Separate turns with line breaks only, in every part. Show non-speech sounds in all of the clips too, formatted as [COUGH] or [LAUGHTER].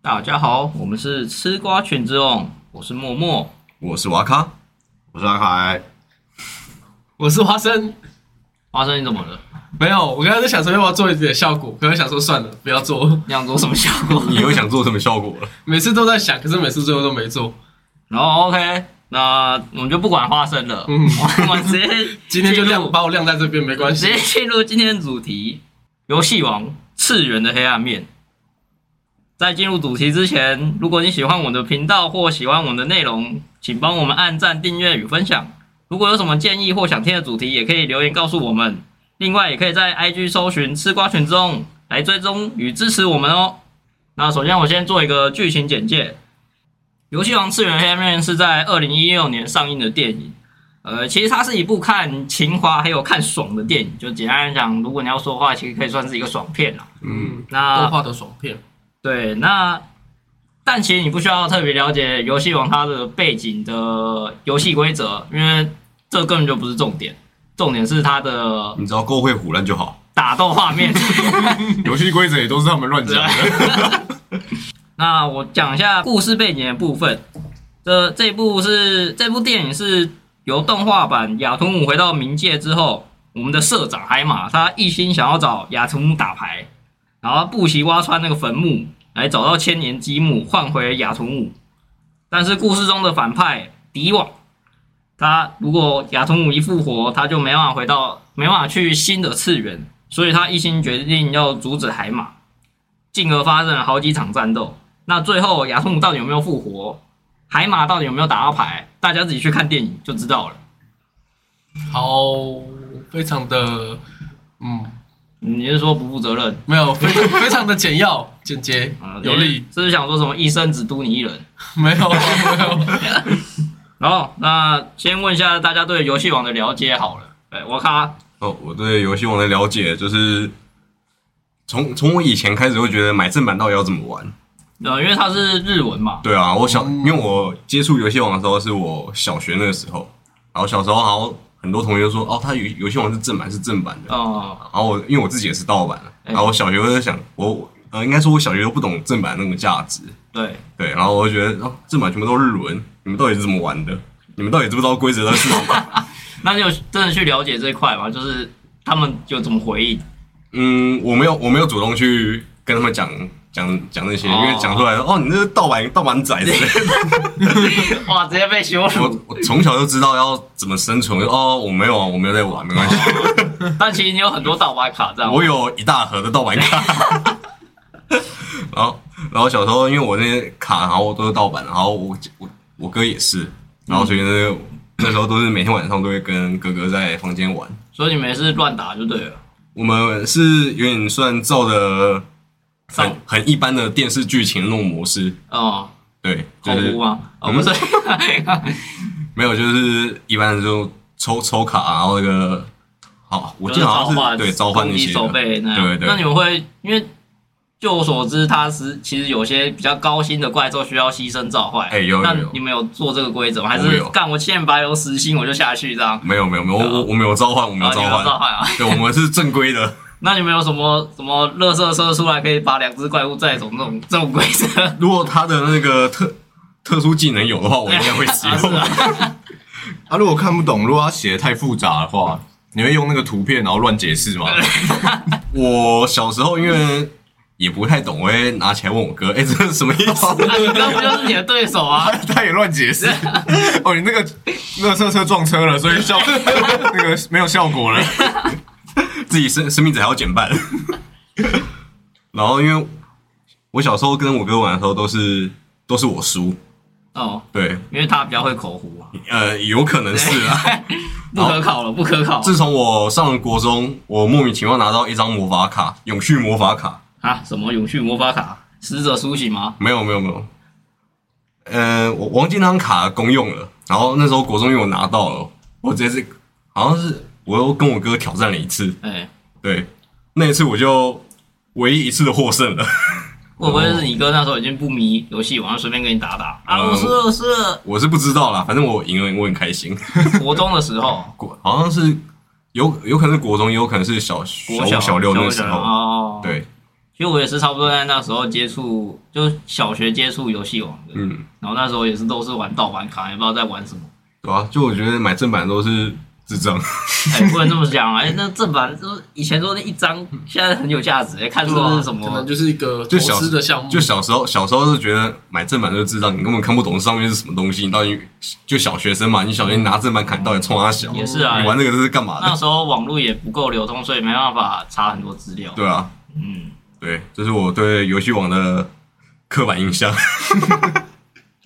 大家好，我们是吃瓜群众，我是默默，
我是瓦卡，
我是阿凯，
我是花生。
花生你怎么了？
没有，我刚才在想说要不要做一点效果，可是想说算了，不要做。
你想做什么效果？
你又想做什么效果了？
每次都在想，可是每次最后都没做。
[LAUGHS] 然后 OK，那我们就不管花生了，
嗯
我们直接
[LAUGHS] 今天就
进入
晾，把我晾在这边没关
直
系
接。进入今天的主题：游戏王次元的黑暗面。在进入主题之前，如果你喜欢我们的频道或喜欢我们的内容，请帮我们按赞、订阅与分享。如果有什么建议或想听的主题，也可以留言告诉我们。另外，也可以在 IG 搜寻“吃瓜群众”来追踪与支持我们哦。那首先，我先做一个剧情简介。《游戏王次元黑暗面》是在二零一六年上映的电影，呃，其实它是一部看情怀还有看爽的电影。就简单来讲，如果你要说的话，其实可以算是一个爽片啦。
嗯，
那
动画的爽片。
对，那但其实你不需要特别了解游戏王它的背景的游戏规则，因为这根本就不是重点，重点是它的
你只要够会胡乱就好。
打斗画
[LAUGHS]
面。
游戏规则也都是他们乱讲的。
那我讲一下故事背景的部分。这这部是这部电影是由动画版雅图姆回到冥界之后，我们的社长海马他一心想要找雅图姆打牌，然后不惜挖穿那个坟墓来找到千年积木换回雅图姆。但是故事中的反派迪瓦，他如果雅图姆一复活，他就没办法回到没办法去新的次元，所以他一心决定要阻止海马，进而发生了好几场战斗。那最后雅图姆到底有没有复活？海马到底有没有打到牌？大家自己去看电影就知道了。
好，非常的，嗯，
你是说不负责任？
没有，非常非常的简要、 [LAUGHS] 简洁
啊，、
有力。
是不是想说什么一生只督你一人？
没有，没有。
然后那先问一下大家对游戏王的了解好了。哎，我看
[LAUGHS] 哦，我对游戏王的了解就是，从从我以前开始会觉得买正版到底要怎么玩？
呃，因为它是日文嘛，
对啊，我小因
嗯
为我接触游戏王的时候是我小学那个时候，然后小时候好像很多同学就说哦，他游游戏王是正版是正版的，
哦、
然后我因为我自己也是盗版的，
哎
然后我小学会在想我呃应该说我小学都不懂正版那个价值，
对，
对，然后我就觉得哦正版全部都是日文，你们到底是怎么玩的？你们到底知不知道规则在是什么？ [LAUGHS]
那就真的去了解这一块嘛，就是他们有怎么回应。
嗯，我没有，我没有主动去跟他们讲讲讲那些，
哦
因为讲出来哦，你这是盗版盗版仔之类的。
哇，直接被羞辱
我。我从小就知道要怎么生存。哦，我没有啊，我没有在玩，没关系。
但其实你有很多盗版卡这样。
我有一大盒的盗版卡。 [LAUGHS] 然后，然后小时候因为我那些卡，然后都是盗版的，然后我我我哥也是，然后所以呢，那时候都是每天晚上都会跟哥哥在房间玩。
所以你们是乱打就对了。
我们是有点算照着很
照
很一般的电视剧情那种模式，
哦、
对，就
口
是嗯
误吗？哦，不是， [LAUGHS]
没有，就是一般就抽抽卡，然后那个，好，我
就是
记得
召
好像是
唤
对召唤那
攻击
些
手
的，
背那样。
对对
那你们会因为就我所知，它是其实有些比较高薪的怪兽需要牺牲召唤。
哎有有
那
有
你们有做这个规则吗？还
我们
是
有
干我七点八有实心我就下去这样？
没有没有没有，
对啊
我我我没有召唤，我没
啊，
有
你
召
们有召
唤，
唤啊？ [LAUGHS]
对，我们是正规的，
那你们有什么什么乐色车出来可以把两只怪物载走那种这种规则？ [LAUGHS]
如果他的那个特特殊技能有的话，我应该会使
啊 [LAUGHS] 是
用。
啊，
啊，如果看不懂，如果他写的太复杂的话，你会用那个图片然后乱
[LAUGHS]
解释吗？
我小时候因为也不太懂，我会拿起来问我哥，哎，这是什么意
[LAUGHS]
思？
啊你刚不就是你的对手啊？
他也乱
[LAUGHS]
解释。哦，你那个热车车撞车了，所以效 [LAUGHS] 那个没有效果了。
自己生生命值还要减半。 [LAUGHS] 然后因为我小时候跟我哥玩的时候，都是都是我输，
哦，
对，
因为他比较会口胡啊，
呃，有可能是啊。
不可考了，不可考
自从我上了国中，我莫名其妙拿到一张魔法卡，永续魔法卡。
啊！什么永续魔法卡？死者苏醒吗？
没有，没有，没有。呃，我忘记那张卡的功用了。然后那时候国中因为我拿到了，我直接是好像是我又跟我哥挑战了一次，
哎、
对，那一次我就唯一一次的获胜了。
会不会是你哥那时候已经不迷游戏，玩，随便跟你打打啊？
嗯
我是我
[LAUGHS]
是
我是不知道啦，反正我赢了，我很开心。
国中的时候，
国好像是有有可能是国中，也有可能是小
国
小
小
五小六那时
小五小
候，
哦，，
对，
其因为我也是差不多在那时候接触，就小学接触游戏王的，
嗯，
然后那时候也是都是玩盗版卡，也不知道在玩什么。
对啊，就我觉得买正版都是智障，
哎、不能这么讲哎、那正版就是以前说那一张，现在很有价值、哎看出是什
嗯
可能
么。
就是一个投资的项目，
就小时候小时候是觉得买正版就是智障，你根本看不懂上面是什么东西，你到底就小学生嘛，你小学拿正版砍到底冲他小，
也是啊
你玩这个是干嘛
那
的？
时候网络也不够流通，所以没办法查很多资料。
对啊，
嗯，
对，这是我对游戏王的刻板印象。
嗯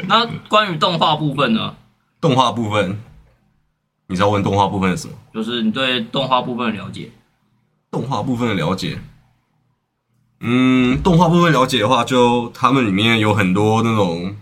那关于动画部分呢，
动画部分，你知道问动画部分是什么？
就是你对动画部分的了解。
动画部分的了解，嗯，动画部分了解的话，就他们里面有很多那种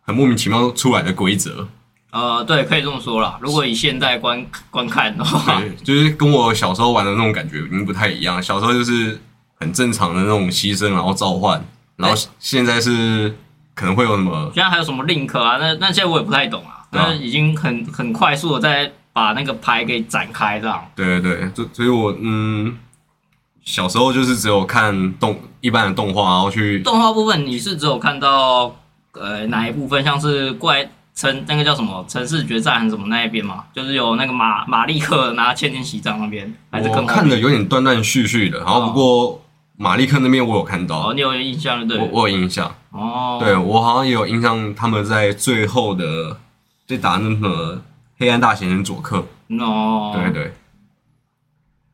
很莫名其妙出来的规则，
呃，对，可以这么说啦。如果以现代观观看的话，
对，就是跟我小时候玩的那种感觉已经不太一样。小时候就是很正常的那种牺牲，然后召唤，然后现在是可能会有什么
现在还有什么 Link 啊？那那些我也不太懂啊。
对啊
那已经很很快速的在把那个牌给展开这样。
对对对，就所以我嗯，小时候就是只有看动一般的动画，然后去
动画部分你是只有看到呃哪一部分，像是怪城那个叫什么城市决战还是什么那一边嘛？就是有那个马马利克拿千年喜章那边，还是
我
更后
看的
面
有点断断续续的，然后不过马利克那边我有看
哦，
到，
你有印象对
我
不对？
我有印象，
哦，
对我好像也有印象，他们在最后的在打那个黑暗大贤人佐克，
哦，
对对。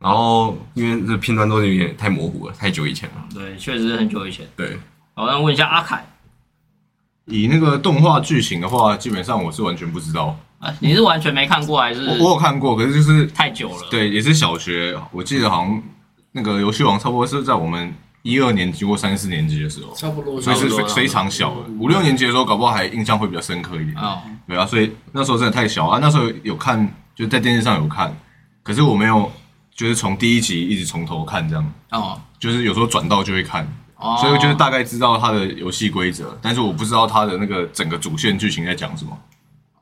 然后因为这片段都是有点太模糊了，太久以前了。
对，确实很久以前。
对，
好，那问一下阿凯，
以那个动画剧情的话，基本上我是完全不知道。
啊，你是完全没看过还是
我我有看过，可是就是
太久了？，
对，也是小学，我记得好像那个游戏王差不多是在我们一二年级或三四年级的时候，
差不多，
所以是
差不
非
多啊
非常小的。五六年级的时候，搞不好还印象会比较深刻一点。
哦，
对啊，所以那时候真的太小啊。那时候有看，就在电视上有看，可是我没有，就是从第一集一直从头看这样，
哦，
就是有时候转到就会看，
哦，
所以我就是大概知道它的游戏规则，但是我不知道它的那个整个主线剧情在讲什么。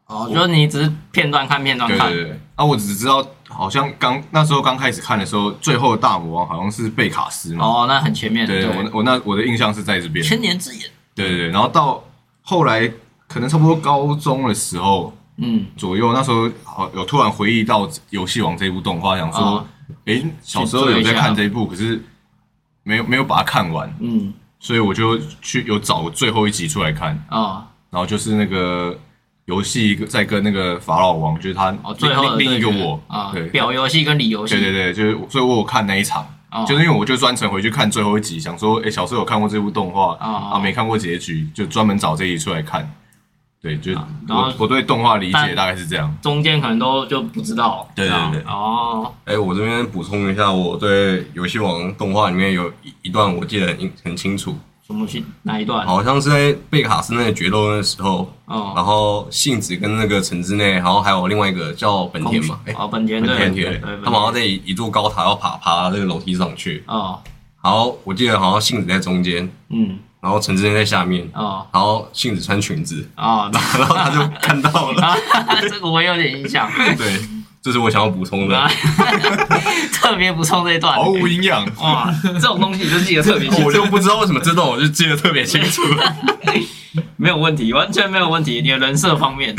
哦，就是你只是片段看片段
对
看，
对对对，啊，我只知道好像刚那时候刚开始看的时候，最后的大魔王好像是贝卡斯嘛。
哦，那很前面，
对对，我我那我的印象是在这边。
千年之眼，
对对对，然后到后来可能差不多高中的时候，
嗯，
左右，那时候好有突然回忆到《游戏王》这部动画，想说
啊，
诶，小时候有在看这一部，可是没有没有把它看完，
嗯，
所以我就去有找最后一集出来看，
哦，
然后就是那个游戏在跟那个法老王，就是他
哦，最
另
后的
另另一个
对决
我
啊，，
对对
表游戏跟里游戏，
对对，就是所以我有看那一场，
哦
就是因为我就专程回去看最后一集，想说，诶，小时候有看过这部动画
哦
啊，没看过结局，就专门找这一集出来看。对，就
啊然后
我我对动画理解
但
大概是这样。
中间可能都就不知道，
对对对
这样哦，
哎，我这边补充一下，我对游戏王动画里面有一一段我记得很很清楚，
什么去哪一
哦
段？
好像是在贝卡斯那个决斗的时候，然
哦，
后杏子跟那个城之内，然后还有另外一个叫本田嘛，哎，
哦，本田
本
对
田
对
对
对，，
他们好像在一一座高塔要爬爬那个楼梯上去，
哦，
然后我记得好像杏子在中间，
嗯，
然后城之内在下面，
哦，
然后杏子穿裙子， [LAUGHS]
哦， [LAUGHS]
然后他就看到了，
这个我有点印
[LAUGHS]
象，
对，这是我想要补充的
啊。 [LAUGHS] 特别补充这一段，
毫无营养。
哇，这种东西就记得特别清
我
楚，
就不知道为什么这段我就记得特别清
[LAUGHS]
楚。
没有问题，完全没有问题。你的人设方面，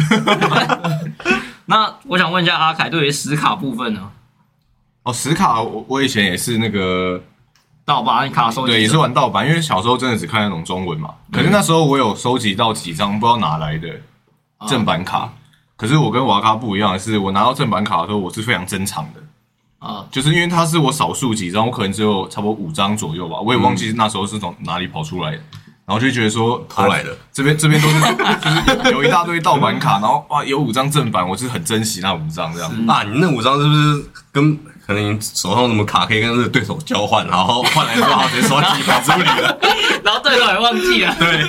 [LAUGHS] 那我想问一下阿凯，对于实卡部分呢？
哦，实卡，我我以前也是那个，
盗版卡
哦
收集者
对，也是玩盗版，因为小时候真的只看那种中文嘛。可是那时候我有收集到几张不知道哪来的
啊
啊
正版卡，可是我跟瓦卡不一样的是，我拿到正版卡的时候，我是非常珍藏的，
啊，
就是因为它是我少数几张，我可能只有差不多五张左右吧，我也忘记那时候是从哪里跑出来的。然后就觉得说
嗯偷来的
啊这边这边都是就是 [LAUGHS] 有一大堆盗版卡，然后哇有五张正版，我是很珍惜那五张这样。
啊，你那五张是不是跟可能你手上有什么卡可以跟那个对手交换，然后换来之后直接刷几卡之旅了？
然后对手也忘记
[LAUGHS]
了，
[LAUGHS] 对，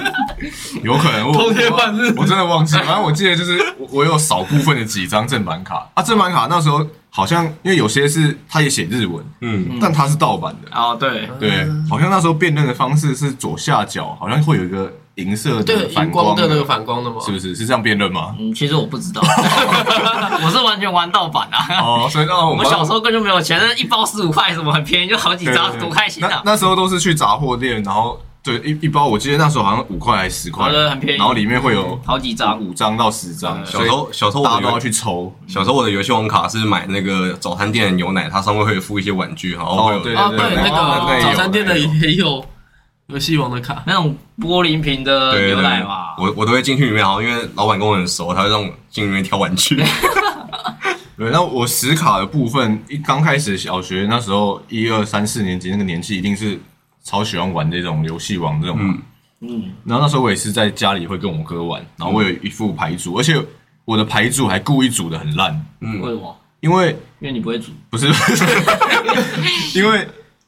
有可能我
偷天换日
我真的忘记。反正我记得就是我我有少部分的几张正版卡啊，正版卡那时候好像因为有些是它也写日文，
嗯，
但它是盗版的。
哦，对，
对，好像那时候辨认的方式是左下角好像会有一个银色
对
的
荧
反
光的那
的
个，反光的嘛，
是不是是这样辨
[LAUGHS]
认吗？
嗯，其实我不知道，我是完全玩盗版啊。
哦，所以 [LAUGHS] 那我
我
们
小时候根本就没有钱，那一包十五块，什么很便宜，就好几
对对
张，
对
多开心
那
啊！
那时候都是去杂货店，然后对一一包，我记得那时候好像五块还是十块
好，的，很便宜
然，后里面会有
好嗯几张。
五张到十张，
小
所以
时候小时候
大
我
家都要
的
去抽。
小时候我的游戏王卡是买那个早餐店的牛奶，它上面会附一些玩具，然后会有
哦对
哦，
对
对，那
那
个
也有
早餐店的也有游戏王的卡，
那种玻璃瓶的
对对
牛
对
奶嘛，
我我都会进去里面，然后因为老板跟我很熟，他会让我进里面挑玩具。
对，那我实卡的部分，一刚开始小学那时候一二三四年级那个年纪，一定是超喜欢玩这种游戏王这种。
嗯
嗯，
然后那时候我也是在家里会跟我哥玩，然后我有一副牌组，而且我的牌组还故意组的很烂，
为
嗯，
什么？
因为
因为你不会煮，
不是， [LAUGHS] 因为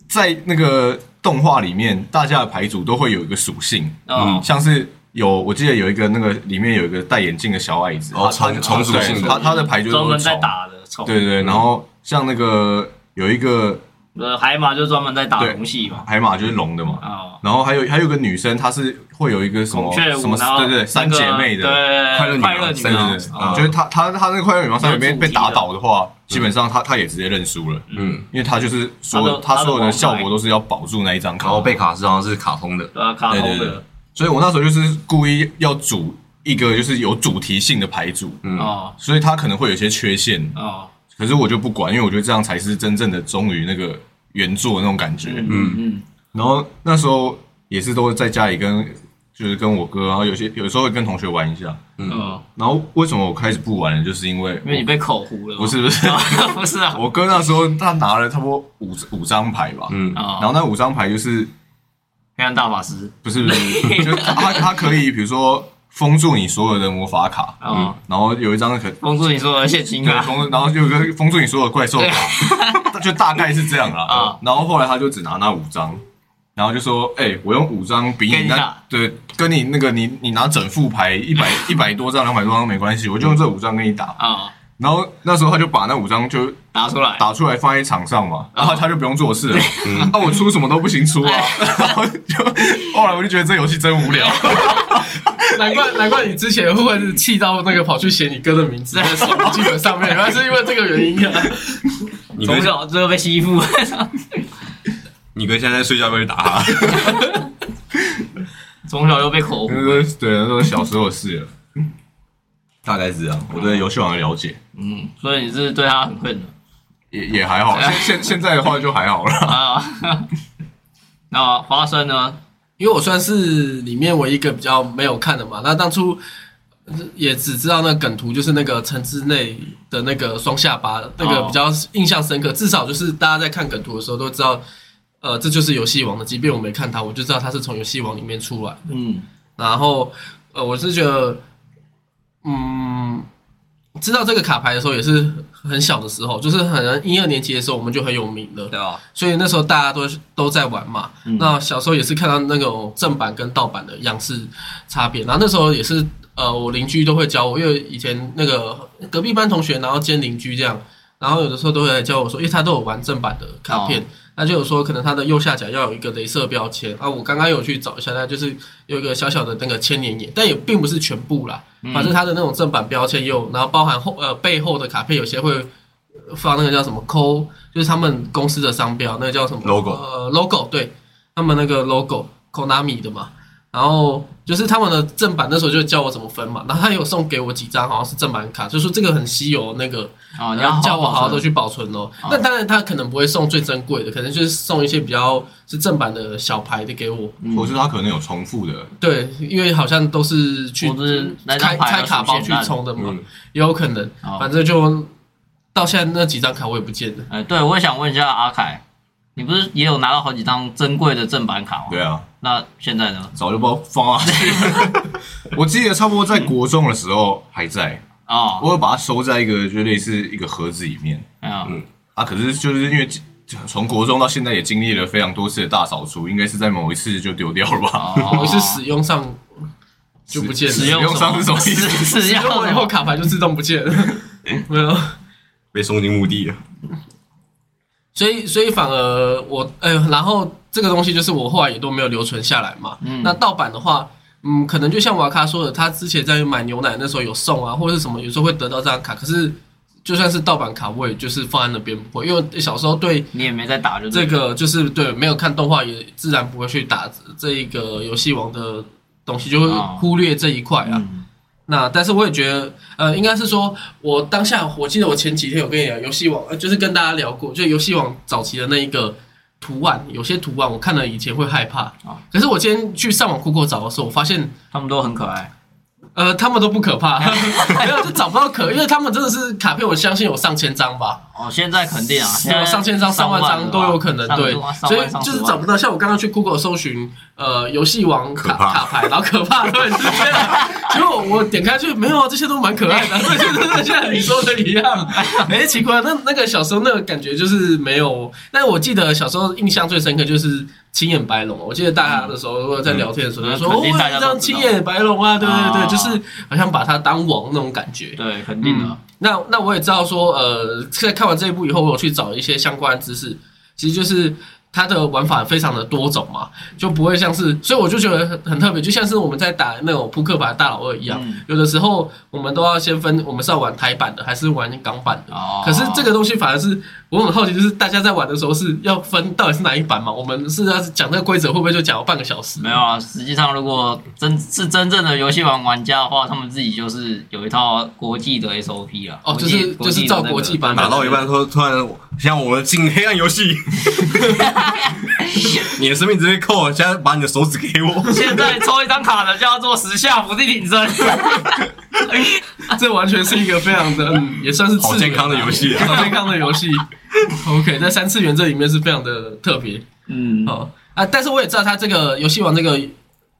在那个动画里面，大家的牌组都会有一个属性，
哦
像是有我记得有一个那个里面有一个戴眼镜的小矮子，
然后重重哦属
对
性
他
的，
他的牌就是
专门在
虫
打的虫，
对对对，然后像那个有一个
呃，海马就专门在打
对
龙系嘛，
海马就是龙的嘛，
哦，
然后还有还有一个女生，她是会有一个什么
孔雀
什
舞，
么
然后
对对
那
对
个
三姐妹的，
对
快乐女郎
快乐
三
郎
姐妹
哦
啊
就是他他他那个快乐女王三里面被打倒的话，基本上他他也直接认输了，
嗯，
因为他就是所有
他
他
的
所有的效
他的王牌
果都是要保住那一张卡
然。后贝卡是好像是卡通的，
对啊，卡通
对对
的
对所以我那时候就是故意要组一个就是有主题性的牌组，
嗯，
哦
所以他可能会有一些缺陷，
哦，
可是我就不管，因为我觉得这样才是真正的忠于那个原作的那种感觉。
嗯嗯
然后那时候也是都会在家里跟就是跟我哥，然后有些有时候会跟同学玩一下。
嗯哦，
然后为什么我开始不玩了，就是因为
因为你被口糊了，
不是不是。
啊， [LAUGHS] 不是啊，
我哥那时候他拿了差不多五五张牌吧，
嗯
然
然后那五张牌就是
黑暗大法师
不
[LAUGHS]
是不是，就是他他可以比如说封住你所有的魔法卡，
哦，
然后有一张可
封住你说的现 [LAUGHS] 金
嗯
啊
对
卡，
封，然后就有一个封住你所有的怪兽卡，就大概是这样啦
啊。
然后后来他就只拿那五张。然后就说，哎、我用五张比
给
你
你
那
打
对，跟你那个你你拿整副牌一百一百多张两百多张没关系，我就用这五张跟你打。
哦，
然后那时候他就把那五张就
打出来，
打出来放在场上嘛，然后他就不用做事了。 [LAUGHS] 那、我出什么都不行出啊， [LAUGHS] 然后就后来我就觉得这游戏真无聊。
难怪难怪你之前会是气到那个跑去写你哥的名字在手机本上面，原来是因为这个原因啊。
你哥
从小就被欺负，
你哥现在在睡觉，要不要去打 [LAUGHS] 他？
[LAUGHS] 从小就被口糊
那，都是对，那都是小时候的事了。大概是这
啊
样，我对游戏王的了解
嗯，所以你是对他很恨的。
也也还好，现现现在的话就还好了。
啊， [LAUGHS] 那花生呢？
因为我算是里面唯一一个比较没有看的嘛。那当初也只知道那个梗图，就是那个城之内的那个双下巴，那个比较印象深刻。至少就是大家在看梗图的时候都知道，呃，这就是游戏王的。即便我没看它，我就知道它是从游戏王里面出来。
嗯，
然后，呃，我是觉得，嗯，知道这个卡牌的时候也是很小的时候，就是可能一二年级的时候我们就很有名了。
对
啊
吧？
所以那时候大家都都在玩嘛。
嗯
那小时候也是看到那种正版跟盗版的样式差别，然后那时候也是呃，我邻居都会教我，因为以前那个隔壁班同学，然后兼邻居这样，然后有的时候都会来教我说，因为他都有玩正版的卡片。那就有说，可能他的右下角要有一个镭射标签啊。我刚刚有去找一下，它就是有一个小小的那个千年眼，但也并不是全部啦。反正它的那种正版标签也有，然后包含后呃背后的卡片，有些会放那个叫什么抠，就是他们公司的商标，那个叫什么
Logo
呃 logo 对，他们那个 logo Konami 的嘛。然后就是他们的正版那时候就教我怎么分嘛，然后他有送给我几张好像是正版卡，就说这个很稀有，那个
哦，你
然
要
后叫我好好的
的
去保存哦。那当然，他可能不会送最珍贵的，可能就是送一些比较是正版的小牌的给我。
或是他可能有重复的，
对，因为好像都是去
或者是那张
开
牌
开
有
卡
出
包
现
去
但
充的嘛，
嗯
也有可能。
哦
反正就到现在那几张卡我也不见了。
哎，对，我也想问一下阿凯，你不是也有拿到好几张珍贵的正版卡吗？
对啊，
那现在呢？
早就不知道放哪去。 [LAUGHS] 我记得差不多在国中的时候还在，
哦，
我有把它收在一个就类似一个盒子里面
嗯，
啊。可是就是因为从国中到现在也经历了非常多次的大扫除，应该是在某一次就丢掉了吧？
我
哦，
是使用上就不见了，
使
用上是什么意思
思？使
使
用
用完以后卡牌就自动不见
[LAUGHS]
了。没有。
被送进墓地了。
所以，所以反哎
嗯
而我，呃，然后这个东西就是我后来也都没有留存下来嘛。那盗版的话，嗯，可能就像瓦卡说的，他之前在买牛奶那时候有送啊，或者是什么，有时候会得到这张卡。可是就算是盗版卡，我也就是放在那边不会，因为小时候对
你也没在打就对
这
了
个就是对没有看动画，也自然不会去打这一个游戏王的东西，就会
哦
忽略这一块啊。
嗯
那但是我也觉得，呃，应该是说，我当下我记得我前几天有跟你聊游戏网，呃，就是跟大家聊过，就游戏网早期的那一个图案，有些图案我看了以前会害怕，
啊
可是我今天去上网酷狗找的时候，我发现
他们都很可爱。
呃，他们都不可怕，没有就找不到可，因为他们真的是卡片，我相信有上千张吧，
哦，现在肯定啊，现在
有上千张、上万张都有可能，
啊上万
对
上，万
所以就是找不到。像我刚刚去 Google 搜寻，呃，游戏王卡
可怕
卡牌，然后可怕，对，是这样。结果我点开去，没有啊，这些都蛮可爱的， [LAUGHS] 对，就真的像你说的一样。
[LAUGHS]
哎，奇怪，那那个小时候那个感觉就是没有，但我记得小时候印象最深刻就是青眼白龙，我记得大家的时候如果在聊天的时候就说，
嗯
哦，
肯定大家都知
这
道
样青眼白龙啊，对对对，
啊
就是好像把它当王那种感觉。
对，肯定的。
那那我也知道说，呃，在看完这一部以后，我有去找一些相关的知识，其实就是它的玩法非常的多种嘛，就不会像是，所以我就觉得很很特别，就像是我们在打那种扑克牌大佬二一样，
嗯
有的时候我们都要先分，我们是要玩台版的还是玩港版的。
哦
可是这个东西反而是我很好奇，就是大家在玩的时候是要分到底是哪一版嘛？我们是要讲这个规则，会不会就讲了半个
[LAUGHS]
小时？
没有啊，实际上如果真是真正的游戏王玩家的话，他们自己就是有一套国际的 SOP 啊。
哦
国际
就是就是照国际版
国
打
际的那个
到一半突突然像我们进黑暗游戏， [LAUGHS] 你的生命直接扣，现在把你的手指给我。
现在抽一张卡的叫做十下伏地挺
[LAUGHS]
身，
这完全是一个非常的，嗯，也算是次元啊
好健康的游戏啊
好健康的游戏。OK，在三次元这里面是非常的特别
嗯，
哦啊，但是我也知道它这个游戏王这个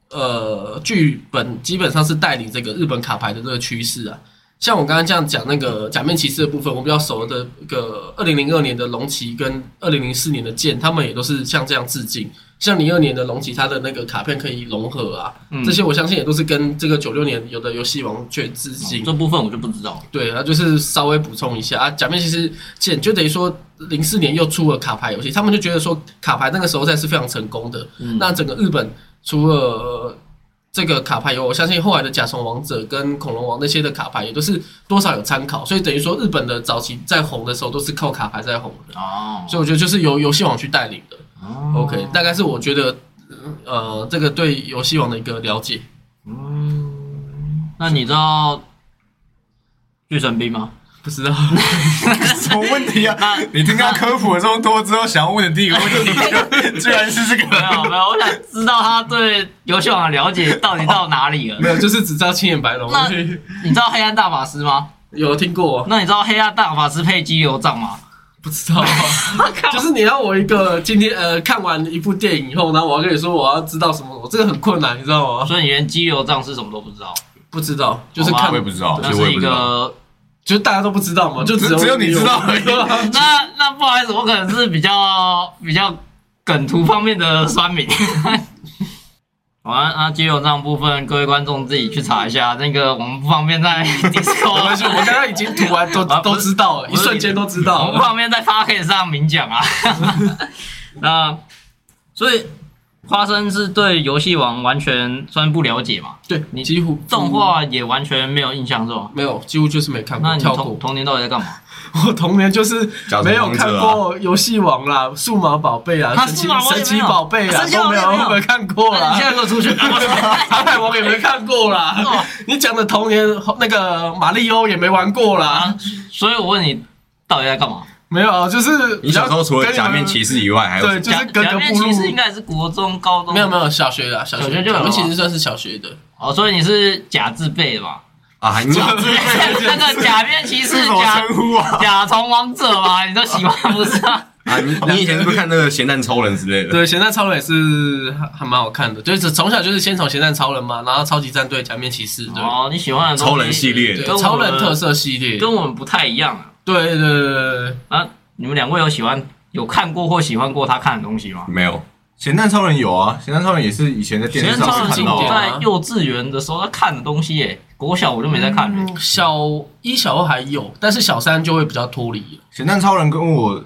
呃剧本基本上是带领这个日本卡牌的这个趋势啊。像我刚刚这样讲那个假面骑士的部分，我比较熟的一个二零零二年的龙骑跟二零零四年的剑，他们也都是像这样致敬。像零二年的龙骑，它的那个卡片可以融合啊，
嗯
这些我相信也都是跟这个九六年有的游戏王去致敬。
这部分我就不知道了。
对，啊，就是稍微补充一下啊，假面骑士剑就等于说零四年又出了卡牌游戏，他们就觉得说卡牌那个时候在是非常成功的。
嗯
那整个日本除了呃这个卡牌游，我相信后来的甲虫王者跟恐龙王那些的卡牌也都是多少有参考，所以等于说日本的早期在红的时候都是靠卡牌在红的，
哦
所以我觉得就是由游戏网去带领的。
哦
OK，大概是我觉得呃这个对游戏网的一个了解。
那你知道巨神兵吗？
不知
[LAUGHS]
道，
[LAUGHS] 什么问题啊？你听他科普了这么多之后，想要问的第一个
[LAUGHS]
问题，居然是这
没
个。
有没有，我想知道他对游戏王的了解到底到哪里了
没。有，就是只知道青眼白龙，
那你知道黑暗大法师吗？
有听过。
那你知道黑暗大法师配激流杖吗？
不知道，啊就是你要我一个今天呃看完一部电影以后，然后我要跟你说我要知道什么，我这个很困难，你知道吗？
所以你连激流杖是什么都不知道，
不知道，就是
好吧
看
我也，不知道，
那
其实我
是
也
一
不知道
个
就是大家都不知道嘛，就
只
有
只有你知道而已
我
那那不好意思，我可能是比较比较梗图方面的酸民。 [LAUGHS] 好啊，那激流杖部分，各位观众自己去查一下，那个我们不方便在
没关系，我
Discord，
刚刚已经
[LAUGHS]
读完都
啊
都
不是
知道了，一
不是
瞬间都知
我
道
们不
了。
方便在 p a r k e t 上明讲啊。 [LAUGHS] 那所以花生是对游戏王完全算不了解嘛？
对
你
几乎嗯
动画也完全没有印象是吗？
没有，几乎就是没看
那
过，
你
跳
童
过。
童年到底在干嘛？
我童年就是
假
没
面
有
王者啊
看过游戏王啦、数码宝贝啊、
啊
神奇
数码王也
神奇
没有
宝贝啊
神奇
都
宝
没
贝
有，
没有
我没看过
那
啦
你现。在给我出去！
[LAUGHS] 航海王也没看过啦
[LAUGHS] 哦，
你讲的童年那个马里欧也没玩过啦，
所以我问你，到底在干嘛？
没有，啊就是
[LAUGHS] 你小时候除了假面骑
士，
士以外，还有
对，就是格
假
格
面
不
骑
入
士。应该也是国中、高中
没有没有，小学的啊小
小
学
学就有啊了
我们
吗
其实算是小学的，
[LAUGHS] 哦，所以你是假自备的
[LAUGHS]
嘛？
啊，你
那个假面骑
是
士
什么
假
[LAUGHS]
称呼啊？
甲虫王者嘛，你都喜欢不是啊？
啊，你你以前是不是看那个咸蛋超人之类的？
对，咸蛋超人也是还还蛮好看的，就是从小就是先从咸蛋超人嘛，然后超级战队、假面骑士， [LAUGHS] 对
哦，你喜欢的东西
超人系列
对
跟，我
超
们
人特色系列，对
跟我们不太一样啊。
对对对对，
啊，你们两位有喜欢有看过或喜欢过他看的东西吗？
没有，
咸蛋超人有啊，咸蛋超人也是以前在电
其
视
实超
上
人是
看到
我
经典
啊。
在幼稚园的时候他看的东西耶，国小我就没在看了。
嗯小一、小二还有，但是小三就会比较脱离了。
咸蛋超人跟我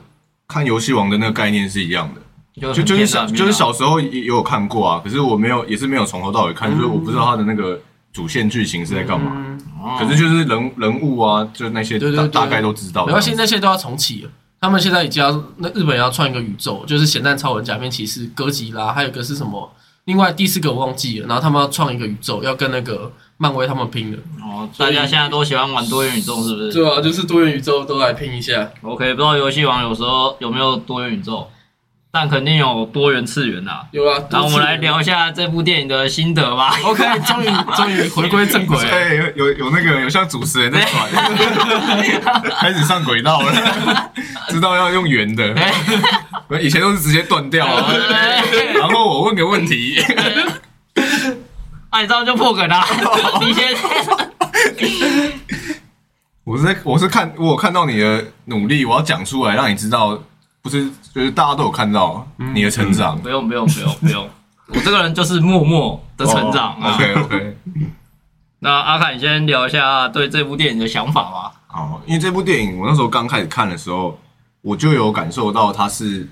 看游戏王的那个概念是一样的，
就
就
很
就是
偏
小
上
就是小时候也也有看过啊，可是我
嗯
没有也是没有从头到尾看，就是我不知道他的那个主线剧情是在干嘛。
嗯，
哦
可是就是人人物啊，就那些
对对
大
对
大概都知道。
然后现在现在都要重启了。他们现在已经要那日本也要创一个宇宙，就是咸蛋超人、假面骑士、哥吉拉，还有一个是什么？另外第四个我忘记了。然后他们要创一个宇宙，要跟那个漫威他们拼的。
哦，大家现在都喜欢玩多元宇宙，是不是
对啊，就是多元宇宙都来拼一下。
？OK，不知道游戏王有时候有没有多元宇宙，但肯定有多元次元啦。
有啊，
那我们来聊一下这部电影的心得
[LAUGHS]
[LAUGHS] 吧。
OK，终于终于回归正轨。
对，哎有有有那个有像主持人在转，开始上轨道 [LAUGHS] 了，知道要用圆的，
哎
以前都是直接断掉 [LAUGHS] 啊。
哎
然后我问个问题， [LAUGHS]
啊，你这样就破梗啦、你先，
我是在我是看我有看到你的努力，我要讲出来，让你知道，不是就是大家都有看到你的成长
不用不用不用不
[LAUGHS]
用，我这个人就是默默的成
嗯
长啊。
哦 OK OK，
那阿凯，你先聊一下对这部电影的想法吧。
好，因为这部电影我那时候刚开始看的时候，我就有感受到它是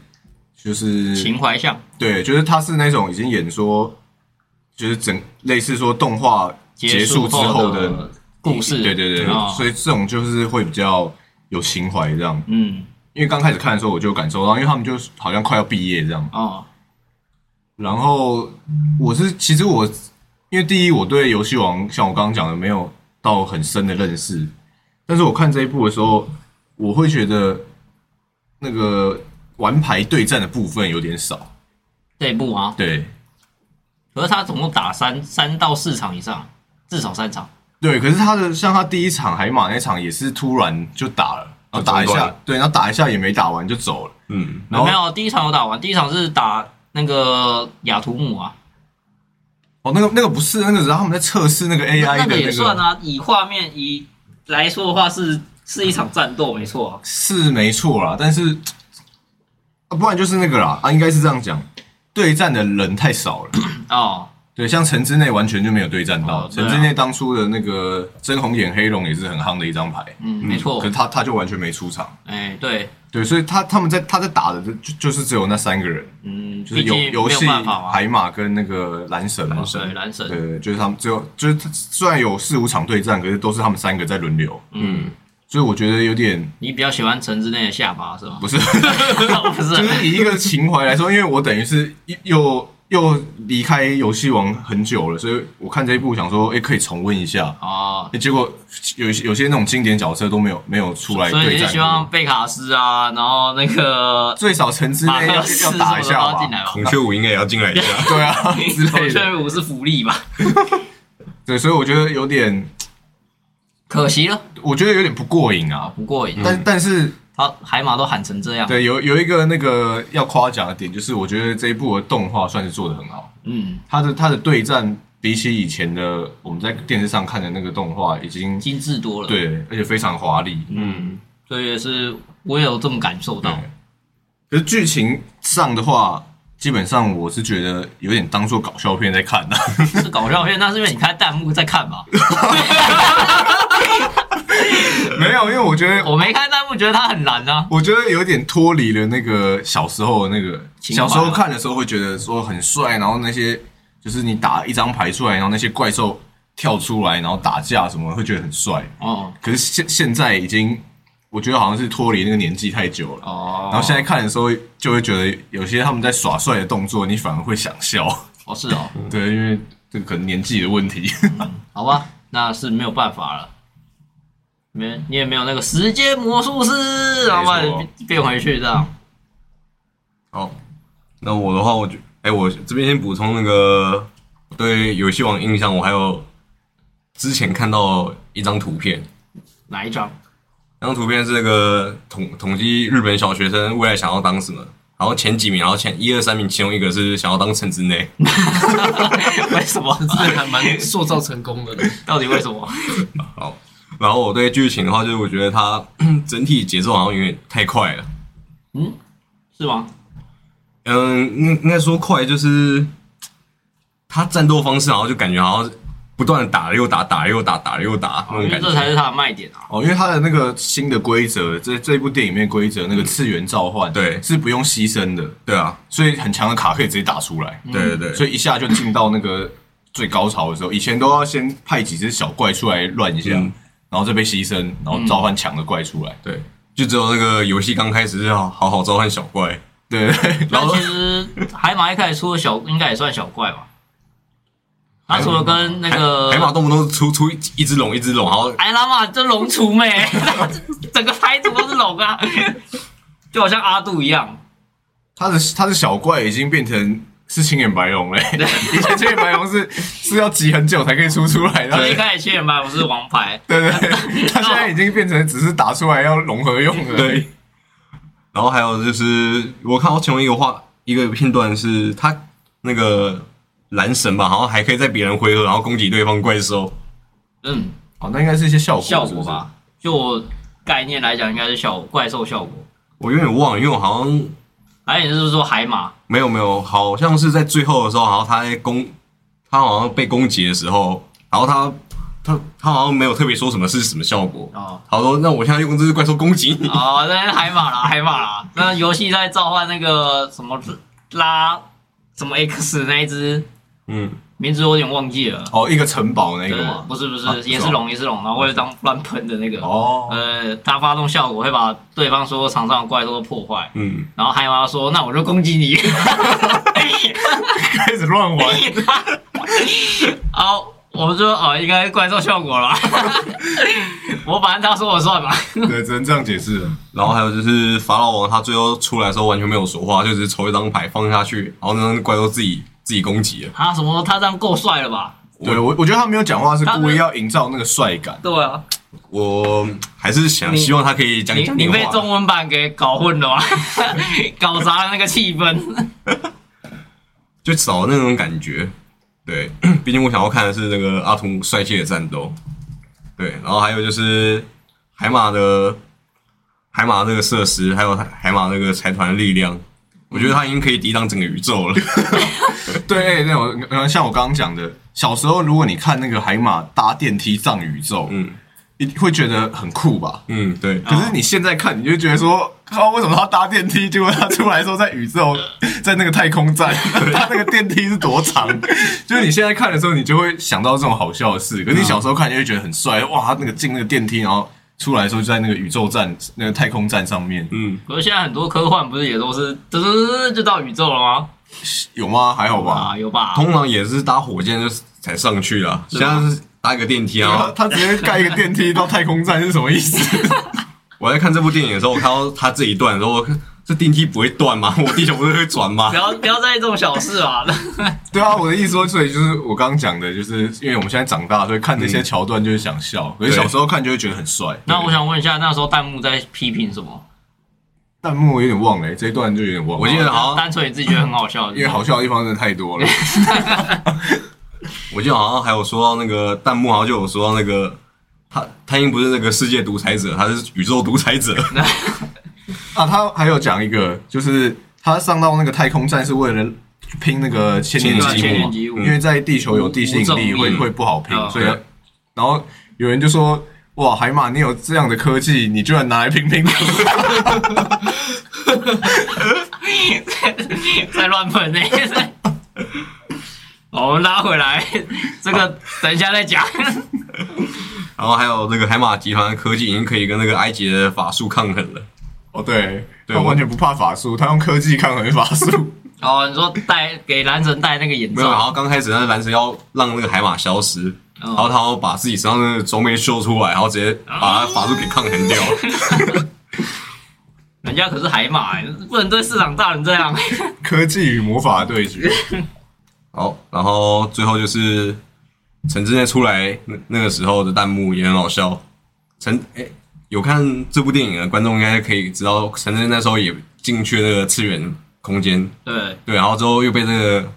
就是
情怀向，
对，就是他是那种已经演说，就是整类似说动画结束之后
结束后
的
的故事
对对对，
哦
所以这种就是会比较有情怀这样。
嗯，
因为刚开始看的时候我就有感受到，因为他们就是好像快要毕业这样。
哦，
然后我是其实我因为第一我对游戏王像我刚刚讲的没有到很深的认识，但是我看这一部的时候，我会觉得那个玩牌对战的部分有点少。
这一部啊，
对，
可是他总共打三三到四场以上，至少三场。
对，可是他的像他第一场海马那场也是突然就打了，然后打一
中
下
断，
对，然后打一下也没打完就走了，
嗯，
然后
没有，第一场有打完，第一场是打那个雅图姆啊，
哦，那个那个不是那个，然后他们在测试那个 AI 的
那
那个，
个也算啊。以画面以来说的话是，是一场战斗，没错啊、
是没错啦，但是啊，不然就是那个啦，啊，应该是这样讲，对战的人太少了，
哦，
对，像城之内完全就没有对战到，
哦对
城
啊
之内当初的那个真红眼黑龙也是很夯的一张牌，
嗯，没错
可是，他他就完全没出场，
哎、对，
对，所以他他们在他在打的就就就是只有那三个人。
嗯，
就是
毕
游
竟
游
没有
戏
办法嘛，
海马跟那个蓝神嘛，
对，哦蓝神，
对，就是他们最后就是他虽然有四五场对战，可是都是他们三个在轮流，
嗯，
所以我觉得有点
你比较喜欢城之内的下巴
[LAUGHS]
是吗？哦
不是，
不，
就是是以一个情怀来说，因为我等于是又又离开游戏王很久了，所以我看这一部想说，哎、可以重温一下。
哦，
诶结果有一些有些那种经典角色都没有没有出来
所以
对
你是
战
希望
过，
贝卡斯啊，然后那个
最少城之
马
内要
克
要
思什么
打
的
一
都
下
要
吧
进？来吧？
孔雀舞应该也要进来一下。
[LAUGHS]
对啊，之
孔
类的。
雀舞是福利吧？
对，所以我觉得有点，
可惜了，
我觉得有点不过瘾啊。
不过瘾，
但但是
他海马都喊成这样，
对，有有一个那个要夸奖的点，就是我觉得这一部的动画算是做的很好。
嗯，
它的它的对战比起以前的我们在电视上看的那个动画，已经
精致多了，，
对，而且非常华丽。
嗯，所以也是我也有这么感受
对
到，，
可是剧情上的话，基本上我是觉得有点当做搞笑片在看的、
[LAUGHS]
[LAUGHS]
是搞笑片，那是因为你看弹幕在看吧？
没有，因为我觉得
我没看弹幕，觉得他很难啊，
我觉得有点脱离了那个小时候的那个，
情怀
小
吧
时候看的时候会觉得说很帅，然后那些就是你打一张牌出来，然后那些怪兽跳出来，然后打架什么，会觉得很帅。
哦
可是现现在已经，我觉得好像是脱离那个年纪太久了。
哦，
然后现在看的时候，就会觉得有些他们在耍帅的动作，你反而会想笑。
哦是哦，
对，因为这个可能年纪的问题。 [LAUGHS]
好吧，那是没有办法了。没，你也没有那个时间魔术师，然后把你变回去这样。
好，那我的话，我觉，哎、我这边先补充那个对游戏王印象，我还有之前看到一张图片，
哪一张？
那张图片是那个统统计日本小学生未来想要当什么，然后前几名，然后前一二三名，其中一个是想要当城之内，
[LAUGHS]
[LAUGHS]
为什么？
这还蛮塑造成功
[LAUGHS]
的。
到底为什么？
好，然后我对剧情的话，就是我觉得它 [CLEARS THROAT] 整体节奏好像有点太快了。
是吗？
嗯，应应该说快就是，它战斗方式好像就感觉好像不断的打了又打，打了又打，打了又打
因
那种
为
感觉。
这才是它的卖点啊。
哦，因为它的那个新的规则，这这部电影里面规则那个次元召唤，
对
是不用牺牲的，
对啊，
所以很强的卡可以直接打出来，
对对对，
所以一下就进到那个最高潮的时候。以前都要先派几只小怪出来乱一下，
嗯
然后再被牺牲，然后召唤强的怪出来。
对，就只有那个游戏刚开始是好好好召唤小怪，
对对对，
那
然后
其实海马一开始出的小，应该也算小怪吧。他除了跟那个
海海马动不动出出一一只龙一只龙，然后
哎拉玛这龙厨妹， [LAUGHS] 整个台主都是龙啊， [LAUGHS] 就好像阿杜一样。
他的他的小怪已经变成。是青眼白 [LAUGHS] 龙嘞、以前青眼白龙是是要集很久才可以出出来的，
所以一
对
开始七人版不是王牌，
对对，他现在已经变成只是打出来要融合用的，
对，然后还有就是我看到其中一个画一个片段是他那个蓝神吧，好像还可以在别人回合然后攻击对方怪兽，
嗯，
哦，那应该是一些效果
效
是
果
不是
吧，就我概念来讲，应该是小怪兽效果。
我有点忘了，因为我好像
还有你是说海马？
没有没有，好像是在最后的时候，然后他在攻，他好像被攻击的时候，然后他他他好像没有特别说什么是什么效果，
哦
他说那我现在用这只怪兽攻击你，
哦，那是海马啦， [LAUGHS] 海马啦。那游戏在召唤那个什么拉什么 X 那一只，
嗯，
名字我有点忘记了。
哦，一个城堡那
对
个嘛。
不是不是，
啊
也
是
是
吗
龙也是龙，然后会当乱喷的那个。
哦，
呃，它发动效果会把对方所有场上的怪兽都破坏。
嗯，
然后海马说：“那我就攻击你。 [LAUGHS]
开始乱玩。”
好，我说哦，应该怪兽效果
[LAUGHS]
了。我反正他说我算吧。
对，只能这样解释了。
然后还有就是法老王他最后出来的时候完全没有说话，就只是抽一张牌放下去，然后那张怪兽自己自己攻击了，
他什么？他这样够帅了吧？
对我，我觉得他没有讲话是故意要营造那个帅感。
对啊，
我还是想
你
希望他可以讲
你
讲
你
点
被
话
中文版给搞混了吧？搞砸了那个气氛。
就找那种感觉。对，毕竟我想要看的是那个阿童帅气的战斗。对，然后还有就是海马的海马那个设施，还有海马那个财团的力量，我觉得它已经可以抵挡整个宇宙了。
对，哎那我呃，像我刚刚讲的，小时候如果你看那个海马搭电梯上宇宙，
嗯
你会觉得很酷吧？
嗯，对，
啊
可是你
哦
现在看，你就觉得说，
嗯
靠，为什么他搭电梯？结果他出来的时候在
[LAUGHS]
宇宙，在那个太空站，他那个电梯是
[LAUGHS]
多长？就是你现在看的时候，你就会想到这种好笑的事。
嗯
可是你小时候看，你就会觉得很帅，哇，他那个进那个电梯，然后出来的时候就在那个宇宙站、那个太空站上面，
嗯，
可是现在很多科幻不是也都是嘚嘚嘚嘚就到宇宙了吗？
有吗？还好吧。
啊，有吧？
通常也是搭火箭就才上去了，现
啊
在是搭一个电梯
然后
啊。
他直接盖一个电梯到太空站是什么
[LAUGHS]
意思？
我在看这部电影的时候，我看到它这一段的时候，我 [LAUGHS] 看这电梯不会断吗？ [LAUGHS] 我地球不是会转吗
不？要不要在意这种小事啊！
对啊，我的意思说，所以就是我刚刚讲的，就是因为我们现在长大，所以看这些桥段就会想笑，可是
对
小时候看就会觉得很帅。
嗯那我想问一下，那时候弹幕在批评什么？
弹幕我有点忘了、这一段就有点忘了。
我记得好像
单纯你自己觉得很好笑，
因为好笑的地方真的太多了。 [LAUGHS]
我记得好像还有说到那个弹幕，好像就有说到那个他他应不是那个世界独裁者，他是宇宙独裁者。 [LAUGHS]
啊，他还有讲一个，就是他上到那个太空站是为了拼那个千年
对啊千年
积
积
木
木
嘛，因为在地球有地
嗯
心引力
无重
会
力
会不好拼，
嗯
所以
啊对
然后有人就说。哇，海马，你有这样的科技，你居然拿来拼拼图？ [LAUGHS]
在乱喷呢。好，我们拉回来，这个等一下再讲。
然后还有那个海马集团的科技已经可以跟那个埃及的法术抗衡了。
哦，对，
对
他
我
完全不怕法术，他用科技抗衡法术。 [LAUGHS]
哦，你说戴给蓝神戴那个眼
没有，好
罩，
像刚开始那蓝神要让那个海马消失，然后
哦，
他要把自己身上的装备秀出来，然后直接把他法术给抗衡掉。
人家可是海马欸，不能对市场大人这样。
科技与魔法的对
[LAUGHS]
决，
好，然后最后就是陈志在出来那那个时候的弹幕也很好笑。陈哎，有看这部电影的观众应该可以知道，陈志那时候也进去那个次元空间，
对，
对，然后之后又被这个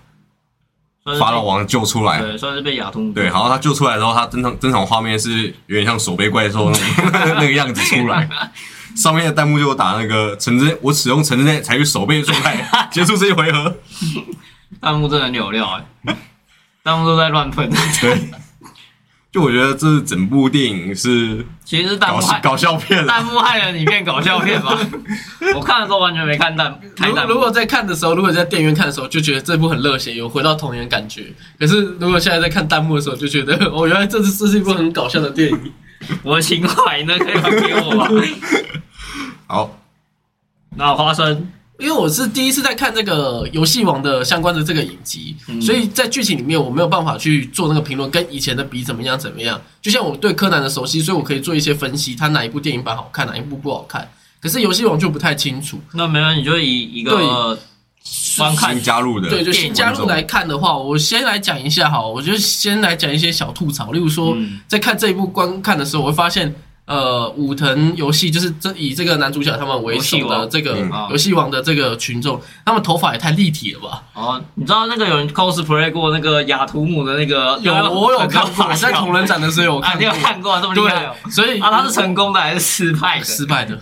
算是被
法老王救出来，
对，算是被亚通
哎对，然后他救出来之后，他登场登场画面是有点像手背怪兽那种那个样子出来。上面的弹幕就有打那个陈真，我使用陈真才去手背状态结束这一回合。
弹幕真的很有料哎，弹幕都在乱喷。
对，就我觉得这整部电影是
其实是弹
搞
幕害
搞笑片了
弹。幕害了你变搞笑片吧？我看的时候完全没看弹，看
如
弹幕
如果在看的时候，如果在电影院看的时候，就觉得这部很热血，有回到童年感觉。可是如果现在在看弹幕的时候，就觉得哦，原来这是这是一部很搞笑的电影。
我的情怀呢，可以还给我吗？
好，
[LAUGHS] 那花生
因为我是第一次在看这个游戏王的相关的这个影集，
嗯
所以在剧情里面我没有办法去做那个评论，跟以前的比怎么样怎么样。就像我对柯南的熟悉，所以我可以做一些分析，它哪一部电影版好看，哪一部不好看。可是游戏王就不太清楚，
那没关系，你就以一个观看
新加入的
对，就
电
新
影
加
观
入
众
来看的话，我先来讲一下哈，我就先来讲一些小吐槽，例如说，
嗯
在看这一部观看的时候，我会发现，呃，武藤游戏就是这以这个男主角他们为
游戏
首的
王
这个
嗯
啊
游戏王的这个群众，他们头发也太立体了吧？
哦，你知道那个有人 cosplay 过那个雅图姆的那个，
有，我有看过，在同
人
人展的时候有
啊，
看
你
过
有，看过啊这么厉害哦？
对，所以
啊，他是成功的还是失败的？
[LAUGHS] 失败的，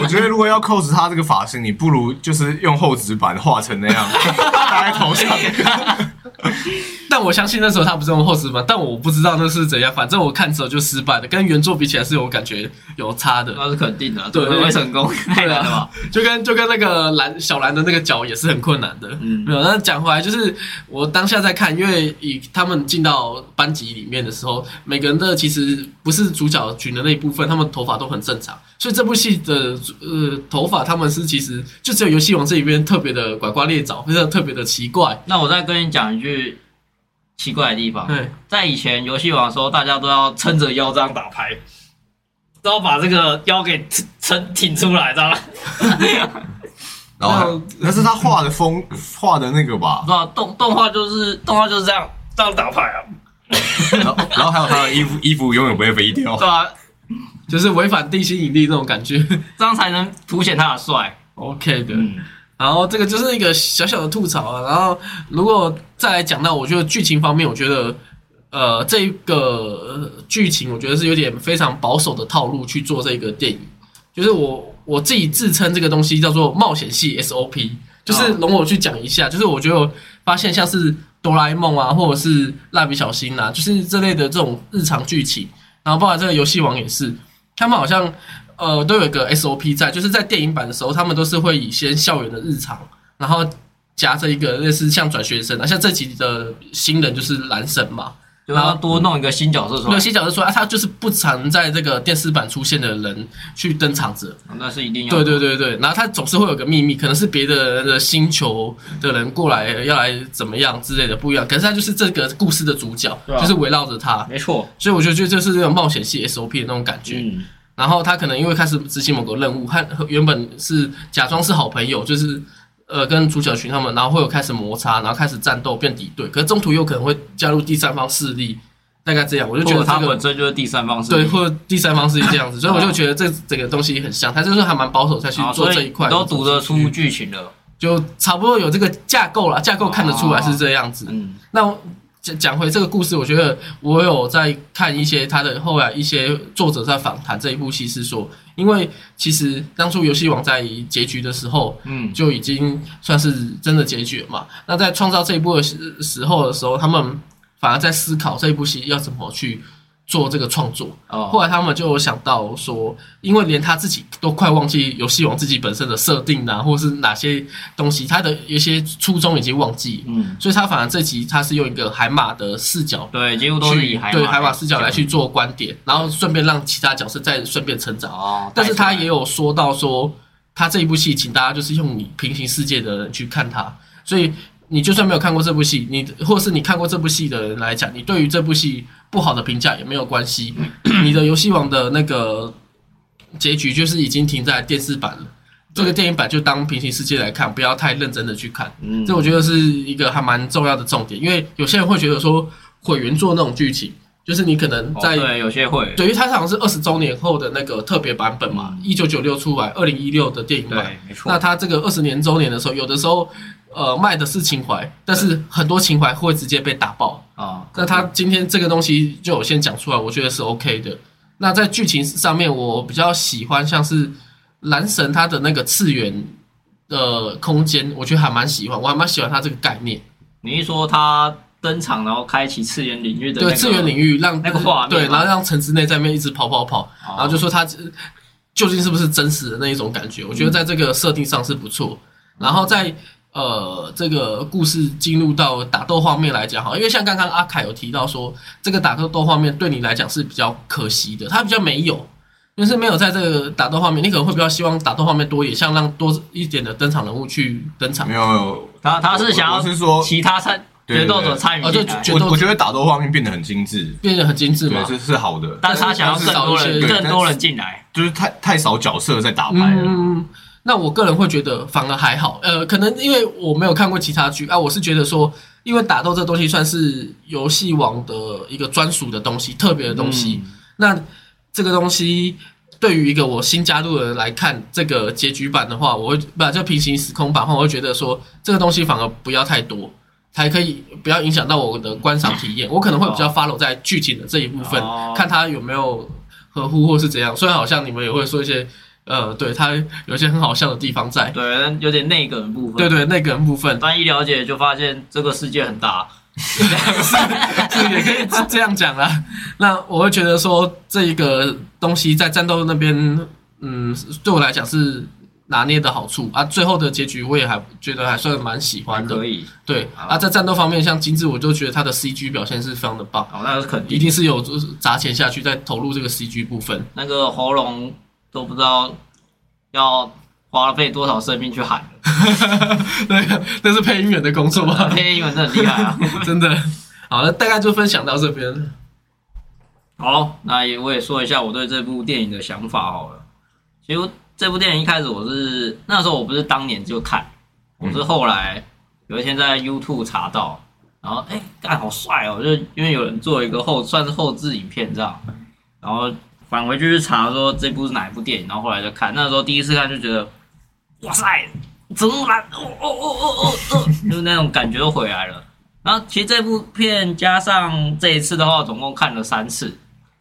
我觉得如果要 cos 他这个发型，你不如就是用厚纸板画成那样， [LAUGHS] 搭在头上。
[LAUGHS] 但我相信那时候他不是用厚纸板，但我不知道那是怎样，反正我看之后就失败的，跟原作比起来是有感觉有差的。
那是肯定的啊，
对
对，
[LAUGHS] 对啊
会成功，太难了吧？
就跟就跟那个蓝小蓝的那个脚也是很困难的。
嗯
没有。那讲回来，就是我当下在看，因为以他们进到班级里面的时候，每个人的其实不是主角群的那一部分，他们头发都很正常，所以这部戏的呃头发他们是其实就只有游戏王这一边特别的拐瓜裂枣，非常特别的奇怪。
那我再跟你讲一句奇怪的地方，
对，
在以前游戏王的时候，大家都要撑着腰这样打牌，都要把这个腰给撑撑挺出来，知
[LAUGHS]
道吗？
然后
那是他画
[LAUGHS]
的风，画的那个吧？
那啊动动画就是动画就是这样这样打牌啊，
还然后然后还有他的衣服衣服永远不会飞掉
对。吧、啊？
就是违反地心引力那种感觉。 [LAUGHS]
这样才能凸显他的帅。
OK 的。
嗯，
然后这个就是一个小小的吐槽啊。然后如果再来讲到，我觉得剧情方面，我觉得呃这个呃剧情我觉得是有点非常保守的套路去做这个电影，就是我我自己自称这个东西叫做冒险系 SOP，就是
哦
容我去讲一下，就是我觉得我发现像是哆啦 A 梦啊，或者是蜡笔小新啊，就是这类的这种日常剧情，然后包括这个游戏王也是，他们好像呃都有一个 SOP 在，就是在电影版的时候，他们都是会以先校园的日常，然后夹着一个类似像转学生啊，像这集的新人就是男神嘛，
就要多弄一个新角色出
有
来，
些角色说啊，他就是不常在这个电视版出现的人去登场着，
那是一定要。
对对对对，然后他总是会有个秘密，可能是别的人的星球的人过来要来怎么样之类的不一样，可是他就是这个故事的主角，
对啊
就是围绕着他，
没错。
所以我就觉得这是那种冒险系 SOP 的那种感觉。
嗯，
然后他可能因为开始执行某个任务，和和原本是假装是好朋友，就是呃跟主角群他们，然后会有开始摩擦，然后开始战斗变敌对，可是中途有可能会加入第三方势力，大概这样，我就
就
觉
觉
得
得他嗯
这个
本身就是第三方势
对
力，
或者第三方势力这样子，所以我就觉得这整个东西很像，他就是还蛮保守才去
啊
做
所
这
以
一块，
你都读得出
嗯
剧情了。
就差不多有这个架构了，架构看得出来是这样子。
嗯，
那我讲讲回这个故事，我觉得我有在看一些他的后来一些作者在访谈这一部戏，是说，因为其实当初游戏王在结局的时候，
嗯
就已经算是真的结局了嘛。那在创造这一部的时时候的时候，他们反而在思考这一部戏要怎么去做这个创作。
哦，
后来他们就有想到说，因为连他自己都快忘记游戏王自己本身的设定啊，或是哪些东西，他的一些初衷已经忘记了
嗯，
所以他反而这集他是用一个海马的视角
对，几乎都是
去
以海马
对海马视角来去做观点，然后顺便让其他角色再顺便成长。
哦，
但是他也
有
有说到说，他这一部戏，请大家就是用你平行世界的人去看它，所以你就算没有看过这部戏，你或是你看过这部戏的人来讲，你对于这部戏不好的评价也没有关 [CLEARS THROAT] 系，你的游戏王的那个结局就是已经停在电视版了。这个电影版就当平行世界来看，不要太认真的去看。
嗯
这我觉得是一个还蛮重要的重点，因为有些人会觉得说毁原作那种剧情，就是你可能在
哦对有些会
对于它好像是二十周年后的那个特别版本嘛，一九九六出来，二零一六的电影版。
嗯对，没错。
那它这个二十年周年的时候，有的时候，呃，卖的是情怀，但是很多情怀会直接被打爆。
啊，
那它今天这个东西就有先讲出来，我觉得是 OK 的。那在剧情上面，我比较喜欢像是蓝神它的那个次元的空间，我觉得还蛮喜欢，我还蛮喜欢它这个概念。
你一说他登场，然后开启次元领域的、那
对
个
次元领域让
那个画面
对，
嘛
然后让城之内在那边一直跑跑跑，
哦
然后就说他呃究竟是不是真实的那一种感觉，我觉得在这个设定上是不错。然后在呃这个故事进入到打斗画面来讲，哈，因为像刚刚阿凯有提到说，这个打斗画面对你来讲是比较可惜的，它比较没有。就是没有在这个打斗画面，你可能会比较希望打斗画面多一点，像让多一点的登场人物去登场
没。有没有，
他他是想
我
要
我是说
其他参
对
决
对对
斗者参与
哦
进
就
来，
决斗
我我觉得打斗画面变得很精致，
变得很精致嘛
对，，这是好的，
但是他想要更多人
对
更
但
多
是
人进来，
就是太太少角色在打
嗯
牌了。
嗯嗯，那我个人会觉得反而还好，呃，可能因为我没有看过其他剧啊，我是觉得说，因为打斗这东西算是游戏王的一个专属的东西，特别的东西。那这个东西对于一个我新加入的人来看，这个结局版的话，我会不就平行时空版的话，我会觉得说这个东西反而不要太多。才可以不要影响到我的观赏体验，我可能会比较 follow 在剧情的这一部分，
哦
看它有没有合乎或是怎样。虽然好像你们也会说一些，呃，对它有一些很好笑的地方在，
对，有点内梗的部分。
对对，那个人
[LAUGHS]
部分
专一了解就发现这个世界很大，
是也可以啊这这样讲啦。 [LAUGHS] 那我会觉得说这一个东西在战斗那边，嗯，对我来讲是拿捏的好处啊。最后的结局我也还觉得还算蛮喜
还
欢的
可，以。
对啊，在战斗方面像金志，我就觉得他的 CG 表现是非常的棒。
哦，那是肯
一
定。
定是有就是砸钱下去再投入这个 CG 部分。 [LAUGHS]
那个喉咙都不知道要花费多少生命去喊 [LAUGHS] 了，
那个那是配音员的工
[LAUGHS]
作吗？
配音员真的很厉害啊！
真的。好，那大概就分享到这边。
好，那也我也说一下我对这部电影的想法好了。其实这部电影一开始我是那时候我不是当年就看，我是后来有一天在 YouTube 查到，然后哎干、好帅哦，就是因为有人做一个后算是后置影片这样，然后返回去去查说这部是哪一部电影，然后后来就看，那时候第一次看就觉得哇塞，怎么来哦哦哦哦哦哦，就是那种感觉又回来了。然后其实这部片加上这一次的话，总共看了三次。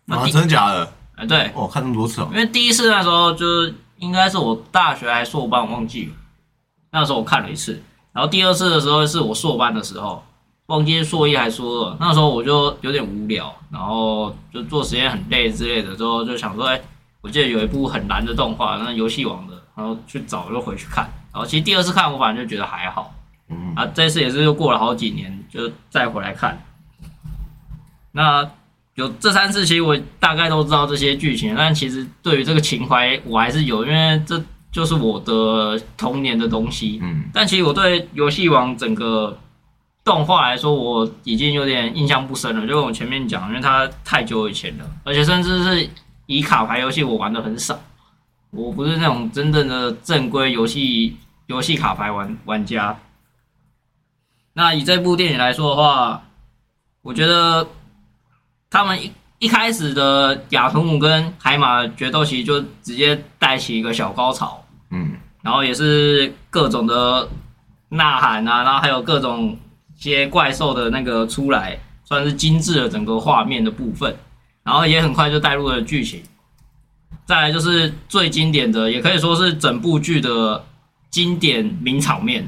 那
嗯
啊，
第
真的假的？
哎，对，
哦，看那么多次啊
因！为第一次那时候就是应该是我大学还是硕班，我忘记了。那时候我看了一次，然后第二次的时候是我硕班的时候，忘记是硕一还是硕二。那时候我就有点无聊，然后就做实验很累之类的，之后就想说，哎、我记得有一部很难的动画，那游戏王的，然后去找就回去看。然后其实第二次看我反正就觉得还好，
嗯
啊，这次也是又过了好几年，就再回来看。那有这三次，其实我大概都知道这些剧情，但其实对于这个情怀我还是有，因为这就是我的童年的东西。
嗯，
但其实我对《游戏王》整个动画来说，我已经有点印象不深了，就跟我前面讲，因为它太久以前了，而且甚至是以卡牌游戏我玩的很少，我不是那种真正的正规游戏游戏卡牌玩玩家。那以这部电影来说的话，我觉得他们一一开始的亚图姆跟海马决斗，其实就直接带起一个小高潮，
嗯，
然后也是各种的呐喊啊，然后还有各种一些怪兽的那个出来，算是精致了整个画面的部分，然后也很快就带入了剧情。再来就是最经典的，也可以说是整部剧的经典名场面，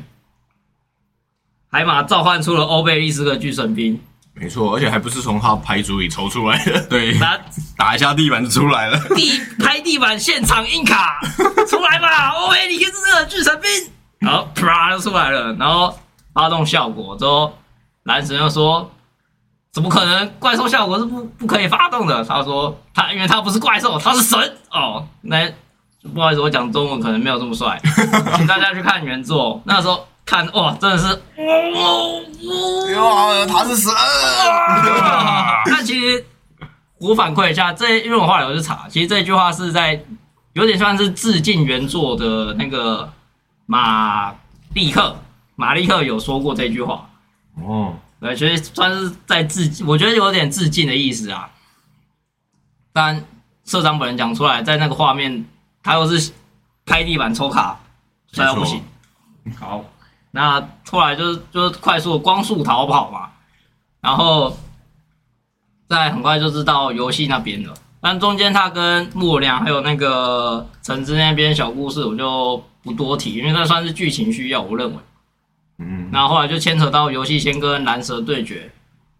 海马召唤出了欧贝利斯的巨神兵，
没错，而且还不是从他牌组里抽出来的。
对，
拿
打一下地板就出 [LAUGHS] 来了。
地拍地板现场硬卡，出来哦哎吧！欧维里克斯的巨神兵，然后啪就出来了，然后发动效果之后，蓝神又说：“怎么可能？怪兽效果是不不可以发动的。”他说：“他因为他不是怪兽，他是神哦。”那不好意思，我讲中文可能没有这么帅，请大家去看原作。那时候看哇，真的是
哇，哎他是神！
[LAUGHS] 那其实我反馈一下，这因为我后来我就查，其实这句话是在有点算是致敬原作的那个马利克，马利克有说过这句话，
嗯
哦，
对，其实算是在致敬，我觉得有点致敬的意思啊。但社长本人讲出来，在那个画面，他又是拍地板抽卡，帅到不行。好，那后来就是就是快速地光速逃跑嘛，然后再很快就是到游戏那边了。但中间他跟莫良还有那个橙子那边小故事，我就不多提，因为那算是剧情需要，我认为。
嗯，
那后来就牵扯到游戏先跟蓝蛇对决，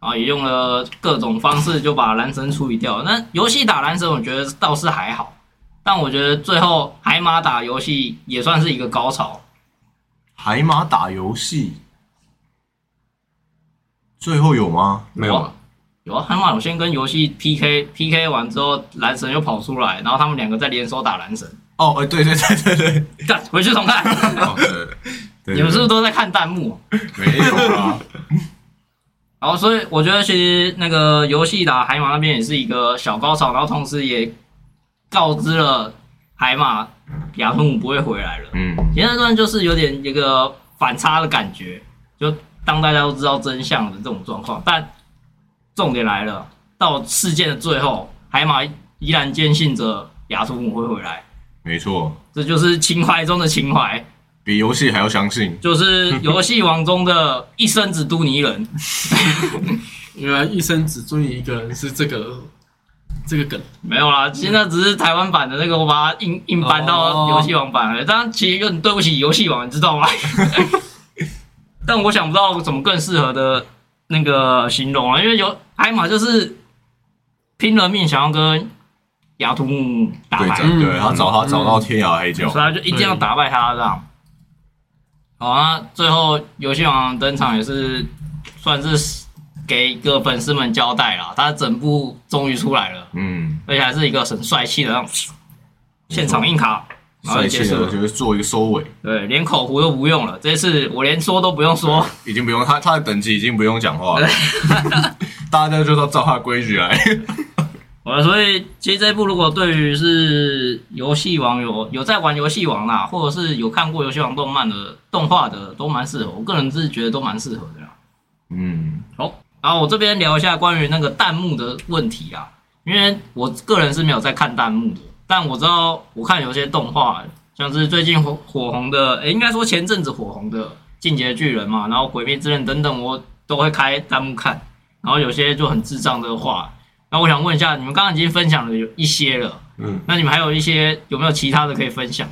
然后也用了各种方式就把男神处理掉了。那游戏打男神，我觉得倒是还好，但我觉得最后海马打游戏也算是一个高潮。
海马打游戏，最后有吗？
没有啊，
有啊，海马有先跟游戏 PK PK 完之后，男神又跑出来，然后他们两个再联手打男神。
哦，哎，对对对对对对
干，回去重看，
哦对对
对，
你们是不是都在看弹幕？
没有啊？
然后，所以我觉得其实那个游戏打海马那边也是一个小高潮，然后同时也告知了海马亚吞武不会回来了。
嗯，
其实那段就是有点一个反差的感觉，就当大家都知道真相的这种状况。但重点来了，到事件的最后，海马依然坚信着亚吞武会回来，
没错，
这就是情怀中的情怀，
比游戏还要相信。
就是游戏王中的一生只嘟你一人。
原来一生只追你一个人是这个这个梗，
没有啦，现在只是台湾版的那个，我把它硬硬搬到游戏王版了。当然，其实有点对不起游戏王，你知道吗？但我想不到怎么更适合的那个形容啊了，因为有海马就是拼了命想要跟雅图姆打
对
败，
战
所
嗯
对他找他找到天涯海角
以，他就一定要打败他这样。好啊，最后游戏王登场也是算是给一个粉丝们交代啦，他整部终于出来了。
嗯，
而且还是一个很帅气的那种现场硬卡，然后
帅
就结
气
束
的
了。
就是做一个收尾，
对，连口胡都不用了，这次我连说都不用说。 [LAUGHS]
已经不用他他的等级已经不用讲话了，大家就照照他的规矩来。
好了，所以其实这一部如果对于是游戏王有有在玩游戏王啦，或者是有看过游戏王动漫的动画的，都蛮适合。我个人是觉得都蛮适合的啦。
嗯，
好，然后我这边聊一下关于那个弹幕的问题啊，因为我个人是没有在看弹幕的，但我知道我看有些动画，像是最近火火红的，诶，应该说前阵子火红的《进击的巨人》嘛，然后《鬼灭之刃》等等，我都会开弹幕看，然后有些就很智障的话，那我想问一下，你们刚刚已经分享了有一些了，
嗯，
那你们还有一些有没有其他的可以分享？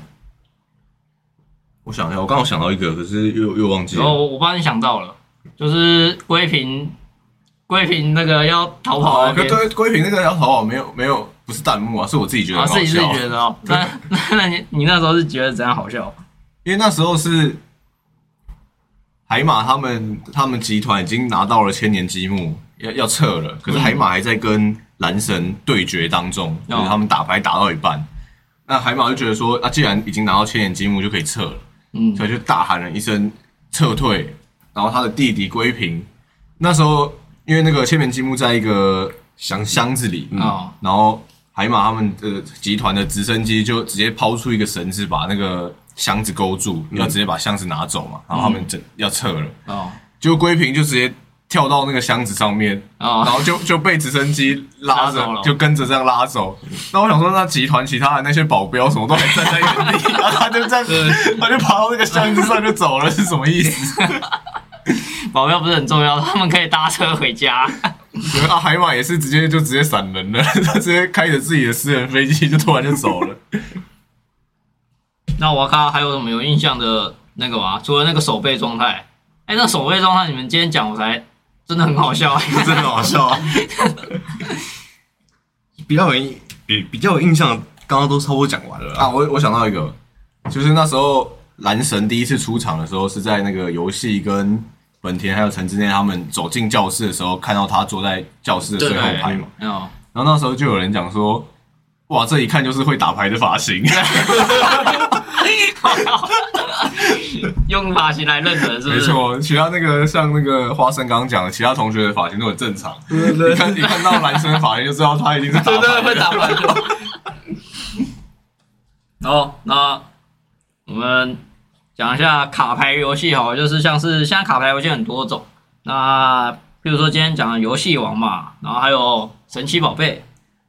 我想一下，我刚刚想到一个，可是又又忘记
然
了。
后我我帮你想到了，就是归平，归平那个要逃跑
哦
那，边。
对，归平那个要逃跑没有没有，不是弹幕啊，是我自己觉得
啊，
很好
自己自己
笑
觉得
[LAUGHS]
哦。那那那你你那时候是觉得怎样好笑？
因为那时候是海马他们他们集团已经拿到了千年积木，要要撤了，可是海马还在跟蓝神对决当中，
哦
就是他们打牌打到一半，那海马就觉得说，啊，既然已经拿到千年积木，就可以撤了，
嗯，
所以就大喊了一声撤退，然后他的弟弟归平，那时候因为那个千年积木在一个
想想
箱子里，
哦，
然后海马他们的集团的直升机就直接抛出一个绳子，把那个箱子勾住，要直接把箱子拿走嘛。然后他们整要撤了，
哦，
结果归平就直接跳到那个箱子上面，然
哦，
后就就被直升机拉
拉走了
着，就跟着这样拉走。那我想说，那集团其他的那些保镖什么都还站在原地，然后他就这样，他就爬到那个箱子上就走了，是什么意思？
保镖不是很重要，他们可以搭车回家。
[LAUGHS] 对啊，海马也是直接就直接闪人了， [LAUGHS] 他直接开着自己的私人飞机就突然就走了。
[LAUGHS] 那我看还有什么有印象的那个吗？除了那个手背状态，哎，那手背状态你们今天讲我才真的很好笑。
真的好笑 [LAUGHS] 啊！比较有印比比较有印象，刚刚都差不多讲完了
啊，
啦。
我我想到一个，就是那时候蓝神第一次出场的时候，是在那个游戏跟本田还有陈之内他们走进教室的时候，看到他坐在教室的最
对
后排嘛。
哦，
然后那时候就有人讲说，哇，这一看就是会打牌的发型。
[LAUGHS] 用发型来认人是不
[LAUGHS] 没
是？
错，其他那个像那个花生刚刚讲的，其他同学的发型都很正常。
对
你看你看到蓝神的发型就知道他一定是打牌的。
打牌
[LAUGHS]
的。
哦，那我们讲一下卡牌游戏好了，就是像是现在卡牌游戏很多种，那比如说今天讲的游戏王嘛，然后还有神奇宝贝，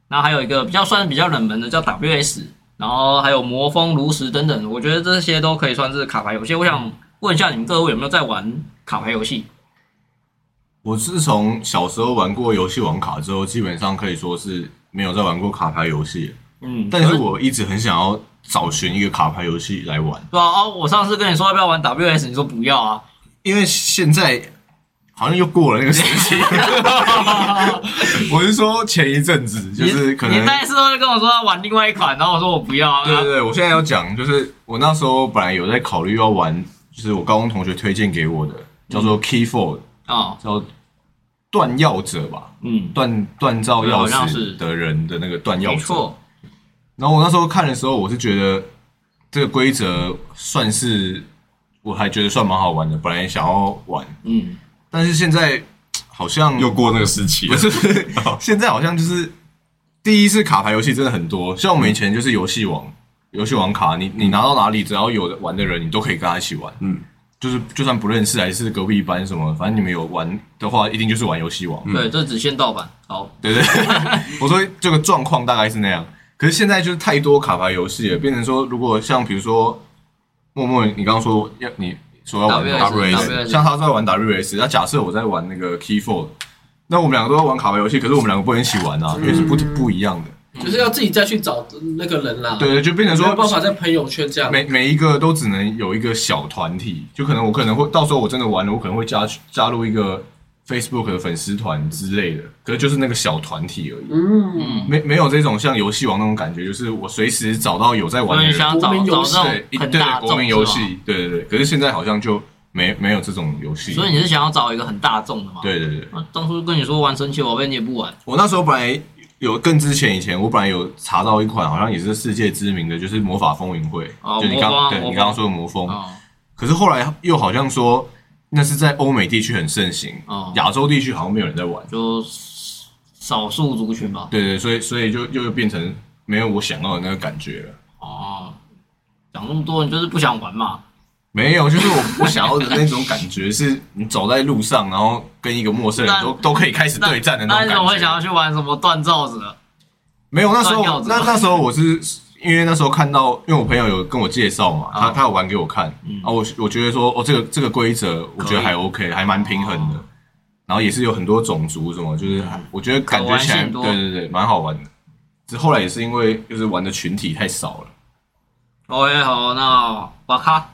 那还有一个比较算是比较冷门的叫 WS，然后还有魔方、炉石等等，我觉得这些都可以算是卡牌游戏。我想问一下你们各位有没有在玩卡牌游戏？
我自从小时候玩过游戏王卡之后，基本上可以说是没有再玩过卡牌游戏了。
嗯，
但是
可
我一直很想要找寻一个卡牌游戏来玩，
对啊，哦，我上次跟你说要不要玩 WS，你说不要啊，
因为现在好像又过了那个时
[LAUGHS]
期。我是说前一阵子，就是可
你
能
你那时候就跟我说要玩另外一款，然后我说我不要，啊
对对对，我现在要讲，就是我那时候本来有在考虑要玩，就是我高中同学推荐给我的，
嗯
叫做 Key Four，
哦，
叫断药者吧，
嗯，
锻锻造
对好
钥
像是
匙的人的那个断
没
钥者。
错，
然后我那时候看的时候，我是觉得这个规则算是我还觉得算蛮好玩的，本来想要玩，
嗯，
但是现在好像
又过那个时期了
不。是， [LAUGHS] 现在好像就是第一是卡牌游戏真的很多，像我们以前就是游戏王，游戏王卡，你你拿到哪里，只要有玩的人，你都可以跟他一起玩。
嗯，
就是就算不认识，还是隔壁班什么，反正你们有玩的话，一定就是玩游戏王。
对，这只限盗版，好，
对 [LAUGHS] 对对，我说这个状况大概是那样。可是现在就是太多卡牌游戏了，变成说，如果像比如说默默，你刚刚说要你说要玩
WS
WS，像他在玩 WS，那假设我在玩那个 Key Four，那我们两个都在玩卡牌游戏，可是我们两个不能一起玩啊，
嗯
因为是不不一样的。
就是要自己再去找那个人啦。
对，对，就变成
没有办
说
法在朋友圈这样。
每每一个都只能有一个小团体，就可能我可能会到时候我真的玩了，我可能会加加入一个 Facebook 的粉丝团之类的，可是就是那个小团体而已。
嗯，
嗯，
没没有这种像游戏王那种感觉，就是我随时找到有在
所
玩的
以
人，
想
国
找
民游
找
戏
这
对
种很
哎对
大众
国民游
是吧，
戏，对对对。可是现在好像就没没有这种游戏，
所以你是想要找一个很大众的嘛？，
对对对。
那当初跟你说玩神奇宝贝，你也不玩，
我那时候本来有更之前以前，我本来有查到一款好像也是世界知名的，就是魔法风云会，
哦
就你
魔方
刚对
魔
你
方
刚刚说的魔风，
哦，
可是后来又好像说那是在欧美地区很盛行
哦，
亚、洲地区好像没有人在玩，
就少数族群吧，
对对，所以所以就又又变成没有我想要的那个感觉了。
哦，讲那么多，你就是不想玩嘛？
没有，就是我我想要的那种感觉，是你走在路上，然后跟一个陌生人
那
都都可以开始
那
对战的
那
那
你
种
怎么会
感
想要
觉。
去玩什么锻造者？
没有，那时
断
候
掉子
那那时候我是因为那时候看到，因为我朋友有跟我介绍嘛，他
哦
他有玩给我看，然后我我觉得说，哦，这个这个规则我觉得
嗯可以哦
还 OK，还蛮平衡的。然后也是有很多种族什么，就是还我觉得感觉起来，
嗯可玩性多
对对对，蛮好玩的。只后来也是因为就是玩的群体太少了，
哦 OK，好，那瓦卡，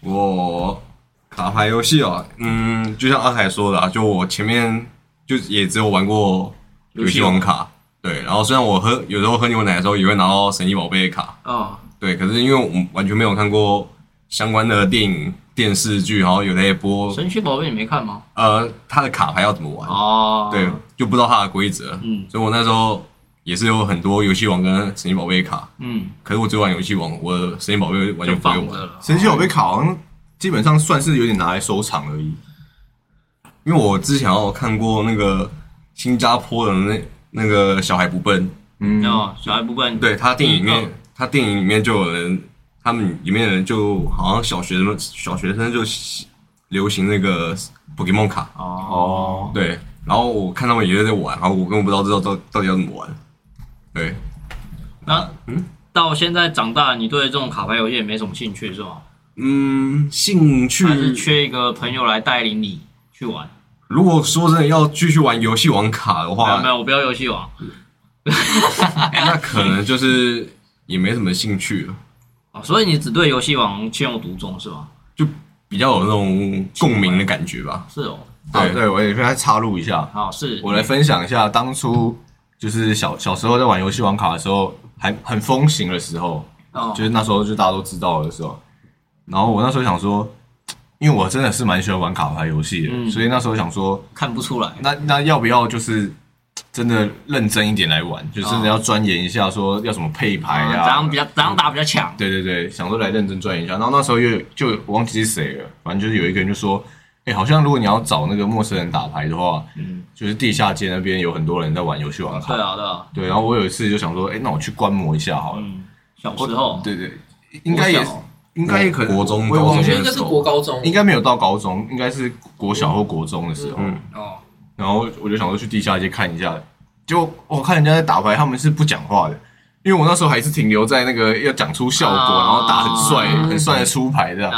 我卡牌游戏啊，嗯，就像阿凯说的啊，就我前面就也只有玩过游戏王卡，对。然后虽然我喝有时候喝牛奶的时候也会拿到神奇宝贝的卡，
嗯，
对。可是因为我们完全没有看过相关的电影、电视剧，然后有在播
神奇宝贝你没看吗？
呃它的卡牌要怎么玩，
哦，
对，就不知道它的规则。
嗯
所以我那时候也是有很多游戏王跟神奇宝贝卡，
嗯，
可是我只玩游戏王，我的神奇宝贝完
就
全不会
放着
玩。
了。
神奇宝贝卡好像基本上算是有点拿来收藏而已。
因为我之前有看过那个新加坡的那那个小孩不笨，
嗯，
哦，小孩不笨，
对他电影里面
嗯，
他电影里面就有人，他们里面的人就好像小学生小学生就流行那个 Pokemon 卡，
哦，
哦，
对，然后我看他们也在玩，然后我根本不知道知道到到底要怎么玩，对，
那
嗯
到现在长大，你对这种卡牌游戏也没什么兴趣是吗？
嗯，兴趣
还是缺一个朋友来带领你去玩？
如果说真的要继续玩游戏王卡的
没有
话哎
没，有，我不要游戏王。
那可能就是也没什么兴趣了，
哦，所以你只对游戏王情有独钟是吗？
就比较有那种共鸣的感觉吧。
是哦，
啊，
对
对，我也跟他插入一下，
好是，
我来分享一下当初就是小小时候在玩游戏王卡的时候，还很风行的时候，
哦
就是那时候就大家都知道的时候。然后我那时候想说，因为我真的是蛮喜欢玩卡牌游戏的，
嗯
所以那时候想说，
看不出来。
那那要不要就是真的认真一点来玩，就真的要钻研一下，说要什么配牌
啊
啊，
哦怎样比较怎样打比较强？
对对对，想说来认真钻研一下。然后那时候又有就有我忘记是谁了，反正就是有一个人就说，哎、好像如果你要找那个陌生人打牌的话，
嗯，
就是地下街那边有很多人在玩游戏王卡。
对啊对啊，
对，然后我有一次就想说，哎、那我去观摩一下好了。
嗯，小时候
对对，应该也
国小
应该也可能
国中
我也忘
高
我
记
觉
中
得应
了
该是国高中，
应该没有到高中，应该是国小或国中的时候。
嗯
哦，
然后我就想说去地下街看一下，结果我看人家在打牌，他们是不讲话的，因为我那时候还是停留在那个要讲出效果，
啊
然后打很帅、
嗯
很帅的出牌这样。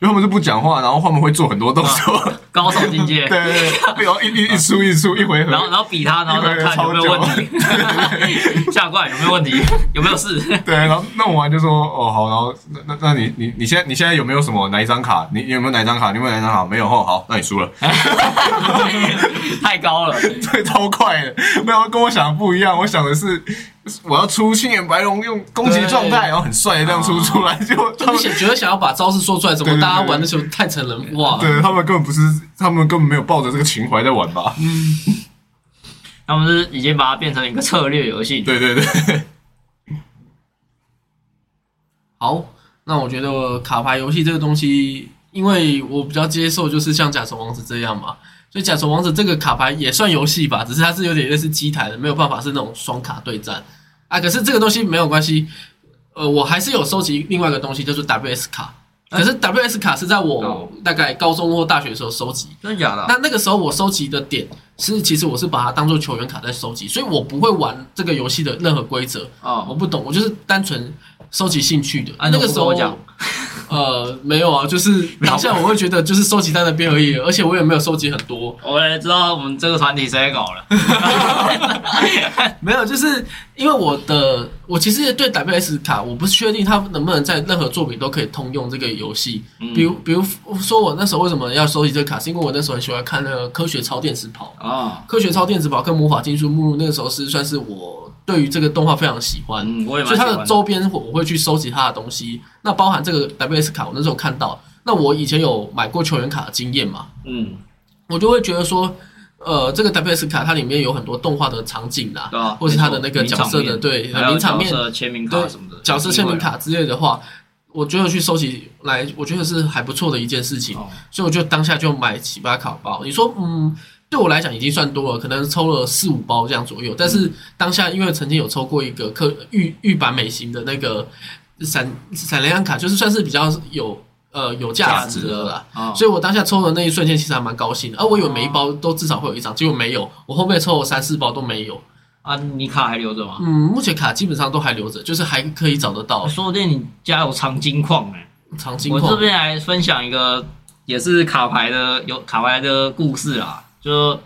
那
因为他们是不讲话，然后他们会做很多动作，
啊
[LAUGHS]
高手境界
对，对对，然后一一一出一出一回合，
然后然后比他，然后再看有没有问题， [LAUGHS] 下怪有没有问题，有没有事？ [LAUGHS]
对，然后弄完就说哦好，然后那那那你你你现在你现在有没有什么哪一张卡？你你有没有哪一张卡？你有没有哪一张卡？没有哦，好，那你输了。
太高了，
对，超快的，没有跟我想的不一样。我想的是我要出青眼白龙，用攻击状态，
对
然后很帅的这样出出来，结果他
就
们
是想觉得想要把招式说出来，怎么
对对对
大家玩的时候太成人化了？
[LAUGHS] 对他们根本不是，他们根本没有抱着这个情怀在玩吧？
他们是已经把它变成一个策略游戏。
对对对，
好，那我觉得卡牌游戏这个东西，因为我比较接受就是像甲虫王子这样嘛，所以甲虫王子这个卡牌也算游戏吧，只是它是有点类似机台的，没有办法是那种双卡对战啊。可是这个东西没有关系，呃，我还是有收集另外一个东西，就是 WS 卡。可是 WS 卡是在我
哦
大概高中或大学的时候收集，
真的假的啊？
那那个时候我收集的点是，其实我是把它当做球员卡在收集，所以我不会玩这个游戏的任何规则，啊我
哦，
不懂，我就是单纯收集兴趣的。
啊
那个时候
你怎么
呃，没有啊，就是当下我会觉得就是收集在那边而已，而且我也没有收集很多，
我也知道我们这个团体谁在搞了。
没有，就是因为我的我其实对 WS 卡，我不确定它能不能在任何作品都可以通用这个游戏。
嗯
比如，比如说我那时候为什么要收集这个卡，是因为我那时候很喜欢看那个科学超电磁跑。
[LAUGHS] 哦，
科学超电子宝跟魔法禁书目录那个时候是算是我对于这个动画非常喜欢，
嗯，我也
所
蛮喜
以它
欢
的周边我我会去收集它的东西。那包含这个 WS 卡，我那时候看到，那我以前有买过球员卡的经验嘛，
嗯，
我就会觉得说，呃，这个 WS 卡它里面有很多动画的场景啦，
对啊，
或是它的那个角色
名场
的
面
对
还有
名场面
角色签名卡
对
什么的，
角色签名
一
卡之类的话，我觉得去收集来，我觉得是还不错的一件事情
定。会啊。哦
所以我就当下就买七八卡包。你说，嗯，对我来讲已经算多了，可能抽了四五包这样左右。但
嗯
是当下因为曾经有抽过一个克玉玉版美型的那个闪闪雷安卡，就是算是比较有呃有价值的啦。
哦
所以我当下抽的那一瞬间，其实还蛮高兴的。啊，我以为每一包都至少会有一张，结果没有，我后面抽了三四包都没有。
啊，你卡还留着吗？
嗯，目前卡基本上都还留着，就是还可以找得
[LAUGHS]
到
哦说不定你家有藏金矿哎、
长金
我
矿。
这边来分享一个也是卡牌的有卡牌的故事啊，就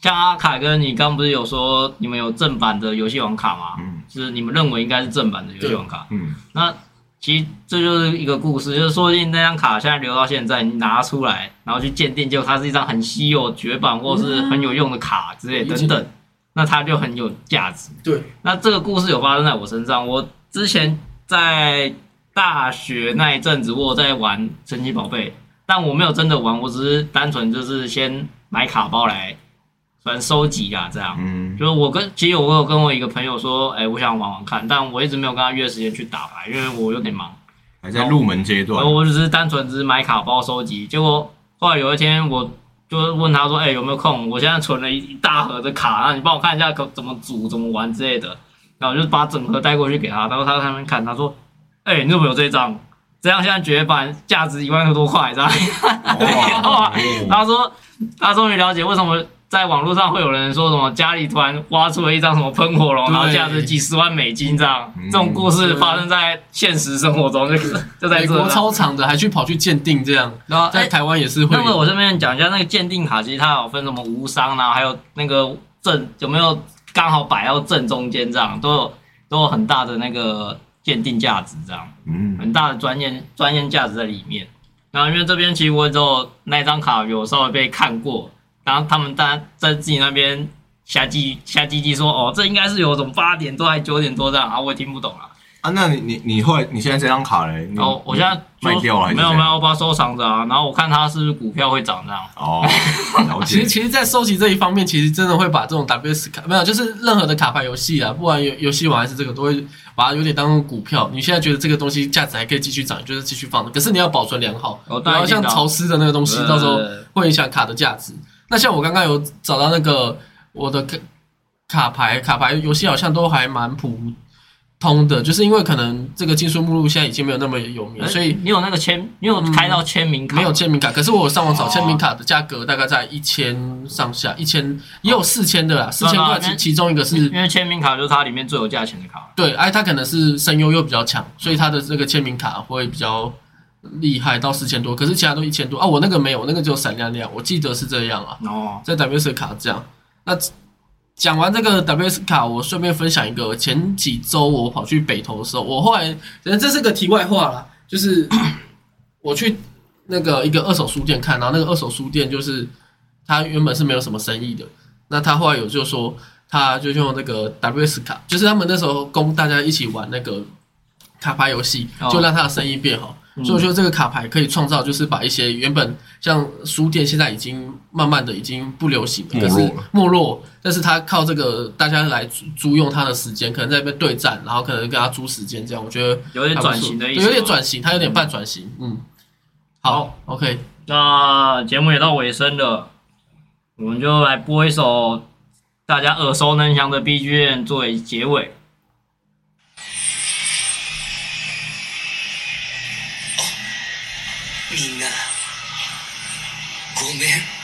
像阿凯跟你刚不是有说你们有正版的游戏王卡吗？
嗯
就是你们认为应该是正版的游戏王卡。
嗯，
那其实这就是一个故事，就是说不定那张卡现在留到现在，你拿出来，然后去鉴定，就它是一张很稀有、绝版或是很有用的卡之类
理解
等等，那它就很有价值。
对，
那这个故事有发生在我身上，我之前在大学那一阵子，我有在玩神奇宝贝，但我没有真的玩，我只是单纯就是先买卡包来，算收集啊这样。
嗯，
就是我跟其实我有跟我一个朋友说，哎、我想玩玩看，但我一直没有跟他约时间去打牌，因为我有点忙。
还在入门阶
然
段
后，我只是单纯只是买卡包收集，结果后来有一天我就问他说，哎、有没有空？我现在存了一一大盒的卡，那你帮我看一下可怎么组、怎么玩之类的。然后我就把整盒带过去给他，然后他在那边看，他说，哎、你怎么有这一张？这张现在绝版，价值一万多块，这样。 [LAUGHS]
哦
他说，他终于了解为什么在网络上会有人说什么家里突然挖出了一张什么喷火龙，
对
然后价值几十万美金这样。
嗯
这种故事发生在现实生活中，就 [LAUGHS] 就在
美
这
国
了。
超长的还去跑去鉴定这样，
然后
在
哎，
台湾也是会
那么
有。
我这边讲一下那个鉴定卡，其实它有分什么无伤啊，还有那个正有没有刚好摆到正中间这样，都有都有很大的那个鉴定价值这样。
嗯，
很大的专业专业价值在里面。然后因为这边其实我只有那张卡有稍微被看过，然后他们大家在自己那边瞎叽瞎叽叽说，哦，这应该是有种八点多还九点多这样啊，我也听不懂啊。
啊，那你你你后来你现在这张卡嘞？你
然哦后我现在就
嗯卖掉了还是
没有
怎
没
样
有，我把它收藏着啊。然后我看它是不是股票会涨这样。
哦，
[LAUGHS]
了
啊其
解
实，，其实，在收集这一方面，其实真的会把这种 WS 卡没有，就是任何的卡牌游戏啊，不管游游戏王还是这个，都会把它有点当成股票。你现在觉得这个东西价值还可以继续涨，就是继续放着，可是你要保存良好，
哦
不
当然一
要
定
像
的啊
潮湿的那个东西，到时候
呃
会影响卡的价值。那像我刚刚有找到那个我的卡卡牌，卡牌游戏好像都还蛮普通的，就是因为可能这个禁书目录现在已经没有那么有名，
哎
所以嗯
你有那个签，你有开到签名卡吗
没有签名卡，可是我上网找
哦
签名卡的价格大概在一千上下，一千也有四千的啦，四千块
哦那嗯
其其中一个是
因为签名卡就是它里面最有价钱的卡。
对，哎，它可能是声优又比较强，所以它的这个签名卡会比较厉害到四千多，可是其他都一千多啊。我那个没有，我那个只有闪亮亮，我记得是这样啊。
哦，
在 WS 卡这样。那讲完这个 WS 卡，我顺便分享一个，前几周我跑去北投的时候，我后来，反正这是个题外话啦，就是 [COUGHS] 我去那个一个二手书店看，然后那个二手书店就是它原本是没有什么生意的，那他后来有就说，他就用那个 WS 卡，就是他们那时候供大家一起玩那个卡牌游戏
哦，
就让他的生意变好。所以我觉得这个卡牌可以创造，就是把一些原本像书店现在已经慢慢的已经不流行了，
没
可
落
是
了
没落，但是他靠这个大家来租租用他的时间，可能在那边对战，然后可能跟他租时间这样，我觉得
有点
还不
转
错
型的意
对
思，
有点。转型，他有点半转型，嗯，好，OK，
那节目也到尾声了，我们就来播一首大家耳熟能详的 BGM 作为结尾。
みんなごめん